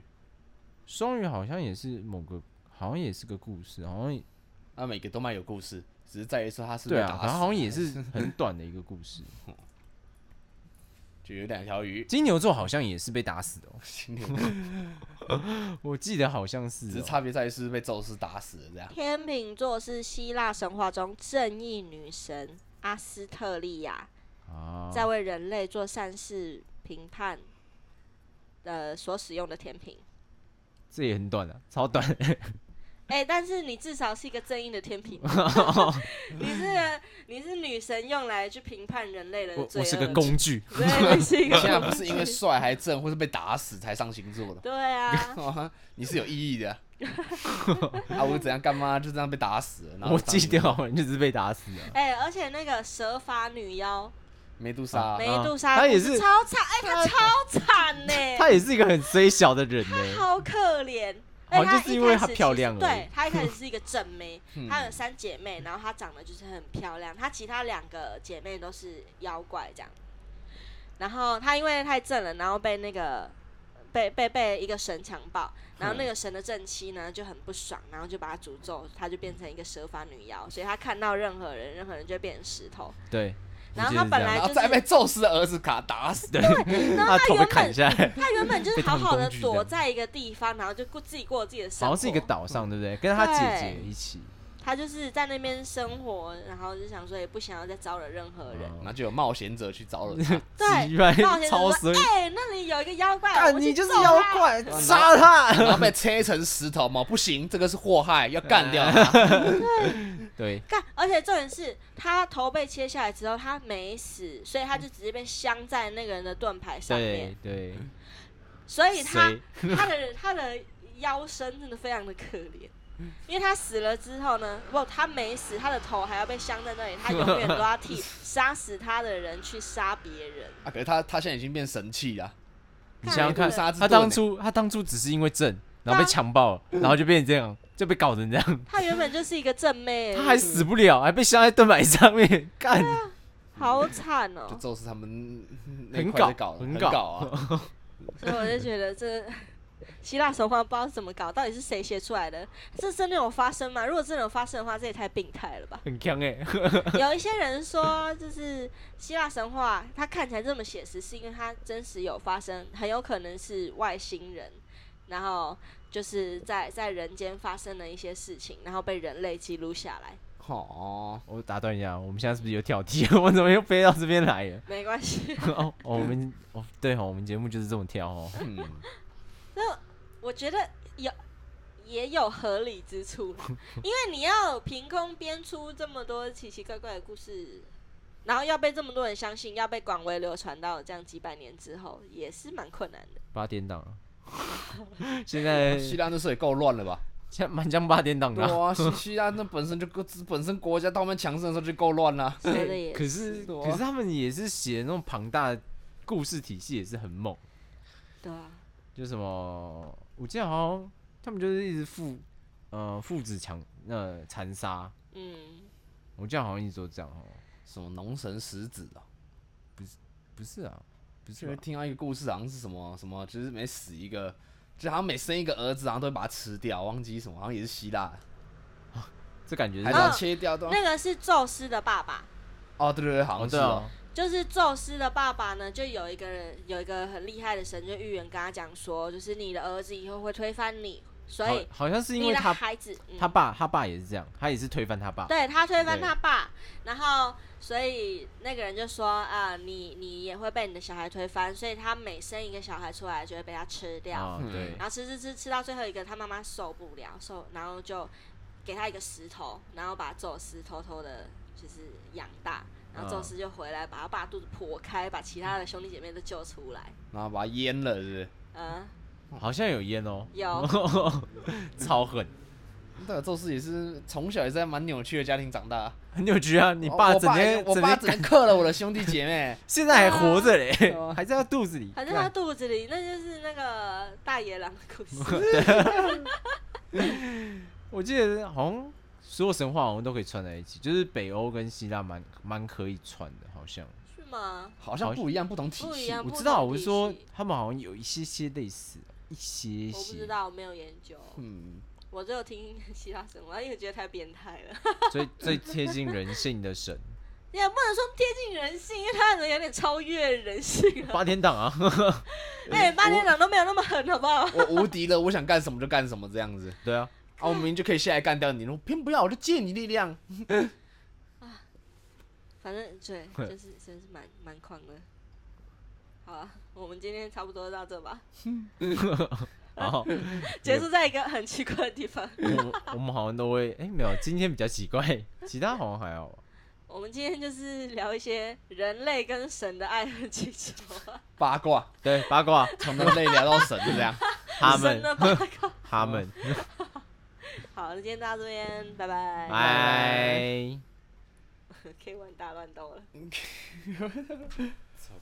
Speaker 3: 双鱼好像也是某个，好像也是个故事，好像也
Speaker 4: 那啊每个都蛮有故事，只是在于说他是被
Speaker 3: 对
Speaker 4: 打
Speaker 3: 啊，
Speaker 4: 死，
Speaker 3: 然后好像也是很短的一个故事。
Speaker 4: 就有两条 鱼，
Speaker 3: 金牛座好像也是被打死的、
Speaker 4: 金牛
Speaker 3: 哦，我记得好像
Speaker 4: 只
Speaker 3: 是、
Speaker 4: 是
Speaker 3: 哦。
Speaker 4: 差别在于是不是被宙斯打死的这样。
Speaker 2: 天秤座是希腊神话中正义女神阿斯特利亚。
Speaker 3: 啊，
Speaker 2: 在为人类做善事评判，呃，所使用的天平。
Speaker 3: 这也很短啊，超短。
Speaker 2: 哎、但是你至少是一个正义的天 平，你是你是女神用来去评判人类的
Speaker 3: 我
Speaker 2: 罪
Speaker 3: 我
Speaker 2: 恶，
Speaker 3: 是个工具，
Speaker 2: 对，你是一个
Speaker 4: 现在不
Speaker 2: 工
Speaker 4: 是因为
Speaker 2: 具
Speaker 4: 帅还正，或是被打死才上星座的， 哦
Speaker 2: 对啊，
Speaker 4: 你是有意 义的啊。啊，我怎样干嘛就这样被打死了？然后
Speaker 3: 我记得
Speaker 4: 上星
Speaker 3: 好像就是被打死的。
Speaker 2: 哎、而且那个蛇发女妖
Speaker 4: 座梅杜莎
Speaker 2: 梅杜莎，
Speaker 3: 啊她也
Speaker 2: 是
Speaker 3: 是
Speaker 2: 超惨，哎、她超惨呢、
Speaker 3: 他也是一个很衰小的人呢、
Speaker 2: 好可怜。
Speaker 3: 好
Speaker 2: 而且她
Speaker 3: 像就是
Speaker 2: 一
Speaker 3: 因为
Speaker 2: 开
Speaker 3: 她
Speaker 2: 始
Speaker 3: 漂
Speaker 2: 其实
Speaker 3: 亮而
Speaker 2: 对
Speaker 3: 已
Speaker 2: 她一开始是一个正妹，
Speaker 4: 嗯
Speaker 3: 嗯
Speaker 2: 她有三姐妹，然后她长得就是很漂亮，她其他两个姐妹都是妖怪这样。然后她因为太正了，然后被那个被被被一个神强暴，然
Speaker 3: 嗯
Speaker 2: 后那个神的正妻呢就很不爽，然后就把她诅咒，她就变成一个蛇发女妖，所以她看到任何人，任何人就会变成石头。
Speaker 3: 对，
Speaker 2: 然后
Speaker 3: 我记
Speaker 2: 他
Speaker 3: 得是
Speaker 2: 本
Speaker 3: 这样
Speaker 4: 然
Speaker 2: 来
Speaker 4: 后
Speaker 2: 就是
Speaker 4: 再被宙斯的儿子卡打死。
Speaker 2: 然后 她
Speaker 3: 他头被
Speaker 2: 原
Speaker 3: 砍
Speaker 2: 本
Speaker 3: 下来，
Speaker 2: 她原本就是
Speaker 3: 被当
Speaker 2: 好好的
Speaker 3: 工具这
Speaker 2: 躲
Speaker 3: 样
Speaker 2: 在一个地方，然后就过自己过自己的生
Speaker 3: 好
Speaker 2: 活。
Speaker 3: 像是一个岛上，对不对？跟他姐姐一起，
Speaker 2: 他就是在那边生活，然后就想说也不想要再招惹任何
Speaker 3: 哦
Speaker 2: 人。
Speaker 4: 然后就有冒险者去招惹他，
Speaker 2: 对，
Speaker 3: 击败
Speaker 2: 冒险者
Speaker 3: 超
Speaker 2: 说
Speaker 3: 衰，：“
Speaker 2: 哎、那里有一个妖怪，我
Speaker 3: 干
Speaker 2: 们
Speaker 3: 你
Speaker 2: 去
Speaker 3: 就是
Speaker 2: 揍
Speaker 3: 妖
Speaker 2: 他。
Speaker 3: 怪， 杀他！
Speaker 4: 然后被切成石头嘛，不行，这个是祸害，要干掉 他。
Speaker 3: 对，
Speaker 2: 干，而且重点是他头被切下来之后，他没死，所以他就直接被镶在那个人的盾牌上面
Speaker 3: 对，。对，
Speaker 2: 所以他
Speaker 3: 谁
Speaker 2: 他的他的腰身真的非常的可怜，因为他死了之后呢，不，他没死，他的头还要被镶在那里，他永远都要 替杀死他的人去杀别人。
Speaker 4: 啊，可是他他现在已经变神器了，
Speaker 3: 你想想
Speaker 2: 看
Speaker 3: 看
Speaker 4: 杜莎之，盾
Speaker 3: 他当初他当初只是因为正，然
Speaker 2: 啊
Speaker 3: 后被强暴，
Speaker 2: 嗯
Speaker 3: 然后就变成这样，就被搞成这样，
Speaker 2: 他原本就是一个正妹而已，
Speaker 3: 他还死不了，还被镶在盾牌上面，干，
Speaker 2: 啊好惨哦、
Speaker 4: 就宙斯他们那
Speaker 3: 很
Speaker 4: 块就
Speaker 3: 搞
Speaker 4: 搞了
Speaker 3: 很
Speaker 4: 很
Speaker 3: 搞！
Speaker 4: 搞啊，
Speaker 2: 所以我就觉得这希腊神话不知道是怎么搞，到底是谁写出来的？这真的有发生吗？如果真的有发生的话，这也太病态了吧
Speaker 3: 很强哎，
Speaker 2: 有一些人说，就是希腊神话它看起来这么写实，是因为它真实有发生，很有可能是外星人，然后就是在在人间发生了一些事情，然后被人类记录下来。
Speaker 4: 哦，
Speaker 3: 我打断一下，我们现在是不是有挑题？ 我怎么又飞到这边来了？
Speaker 2: 没关系，
Speaker 3: 哦，哦我们哦，对哦，我们节目就是这么挑哦。
Speaker 4: 嗯，
Speaker 2: 那我觉得有。也有合理之 处啦，因为你要凭空编出这么多奇奇怪怪的故事，然后要被这么多人相信，要被广为流传到这样几百年之后，也是蛮困难的。
Speaker 3: 八点档啊。 现在
Speaker 4: 希腊那时候也够乱了吧？
Speaker 3: 现在满江八点档
Speaker 4: 对
Speaker 3: 的啊、
Speaker 4: 啊，希希腊那本身就够，本身国家到我们强盛的时候就够乱了。啊
Speaker 2: 说的 也
Speaker 3: 可是
Speaker 4: 对啊
Speaker 3: 可是他们也是写那种庞大的故事体系，也是很猛。
Speaker 2: 对啊，
Speaker 3: 就什么，我记得好像他们就是一直父呃父子强呃残杀，
Speaker 2: 嗯，
Speaker 3: 我记得好像一直都这样哦。
Speaker 4: 什么农神食子哦，
Speaker 3: 不是啊，不是
Speaker 4: 就会
Speaker 3: 吧
Speaker 4: 听到一个故事，好像是什么什么，就是每死一个，就好像每生一个儿子，然后都会把它吃掉，忘记什么，好像也是希腊，
Speaker 3: 这感觉
Speaker 4: 还
Speaker 3: 是
Speaker 4: 是啊要切掉对吧？
Speaker 2: 那个是宙斯的爸爸，
Speaker 4: 哦，对对对，好
Speaker 3: 哦
Speaker 4: 像是
Speaker 3: 对啊，
Speaker 2: 就是宙斯的爸爸呢，就有一个人有一个很厉害的神，就预言跟他讲说，就是你的儿子以后会推翻你，所
Speaker 3: 啊好
Speaker 2: 以
Speaker 3: 好像哦是因
Speaker 2: 你
Speaker 3: 为
Speaker 2: 的
Speaker 3: 他
Speaker 2: 孩子，嗯
Speaker 3: 他爸他爸也是这样，他也是推翻他爸，
Speaker 2: 对他推翻
Speaker 3: 对
Speaker 2: 他爸，然后所以那个人就说啊、你你也会被你的小孩推翻，所以他每生一个小孩出来就会被他吃掉，
Speaker 3: 啊
Speaker 4: 嗯
Speaker 3: 对
Speaker 2: 然后吃吃吃吃到最后一个，他妈妈受不了，受然后就给他一个石头，然后把宙斯偷偷的就是养大，然后宙
Speaker 3: 嗯
Speaker 2: 斯就回来把他爸肚子剖开，把其他的兄弟姐妹都救出来，
Speaker 4: 然后把它淹了，是不是？
Speaker 2: 嗯，
Speaker 3: 好像有烟哦，
Speaker 2: 有
Speaker 3: 超狠，
Speaker 4: 对啊，宙斯也是从小也是在蛮扭曲的家庭长大。
Speaker 3: 很扭曲啊！你
Speaker 4: 哦
Speaker 3: 爸
Speaker 4: 我
Speaker 3: 整天
Speaker 4: 也我
Speaker 3: 整
Speaker 4: 爸
Speaker 3: 天
Speaker 4: 整天克了我的兄弟姐妹，
Speaker 3: 现在还活着嘞
Speaker 4: 啊，
Speaker 3: 还在他肚子里，
Speaker 2: 反正他肚子里那就是那个大野狼的故 事，
Speaker 3: 我记得好像所有神话好像都可以串在一起，就是北欧跟希腊蛮蛮可以串的，好像
Speaker 2: 是吗？
Speaker 4: 好像不一样，不同体
Speaker 2: 不一
Speaker 4: 系。
Speaker 2: 样，
Speaker 3: 我
Speaker 2: 不
Speaker 3: 知道，
Speaker 2: 同
Speaker 3: 我
Speaker 2: 体
Speaker 3: 是说
Speaker 2: 系
Speaker 3: 他们好像有一些些类似，一些
Speaker 2: 我不知
Speaker 3: 些，
Speaker 2: 道，我没有研究，
Speaker 4: 嗯，
Speaker 2: 我只有听希腊神话，因为觉得太变态了，
Speaker 3: 最最贴近人性的神，
Speaker 2: 也不能说贴近人性，因为他可能有点超越人性 了。
Speaker 3: 八天档啊，
Speaker 2: 哎、八天党都没有那么狠，好不好？
Speaker 4: 我无敌了，我想干什么就干什么这样子。
Speaker 3: 对啊，
Speaker 4: 啊，我明明就可以下来干掉你，我偏不要，我就借你力量。
Speaker 2: 反正对，就是真是蛮蛮狂的。好啊，我们今天差不多到这 吧，
Speaker 3: 然后
Speaker 2: 结束在一个很奇怪的地方。
Speaker 3: 我们我们好像都会，哎、没有，今天比较奇怪，其他好像还好吧。
Speaker 2: 我们今天就是聊一些人类跟神的爱恨情仇啊，
Speaker 4: 八卦
Speaker 3: 对，八卦，
Speaker 4: 从人类聊到神这样。
Speaker 3: 他
Speaker 2: 神
Speaker 3: 们
Speaker 2: 的八卦。
Speaker 3: 他们，
Speaker 2: 好，那今天到这边，拜拜。
Speaker 3: 拜。
Speaker 2: K 玩大乱斗了。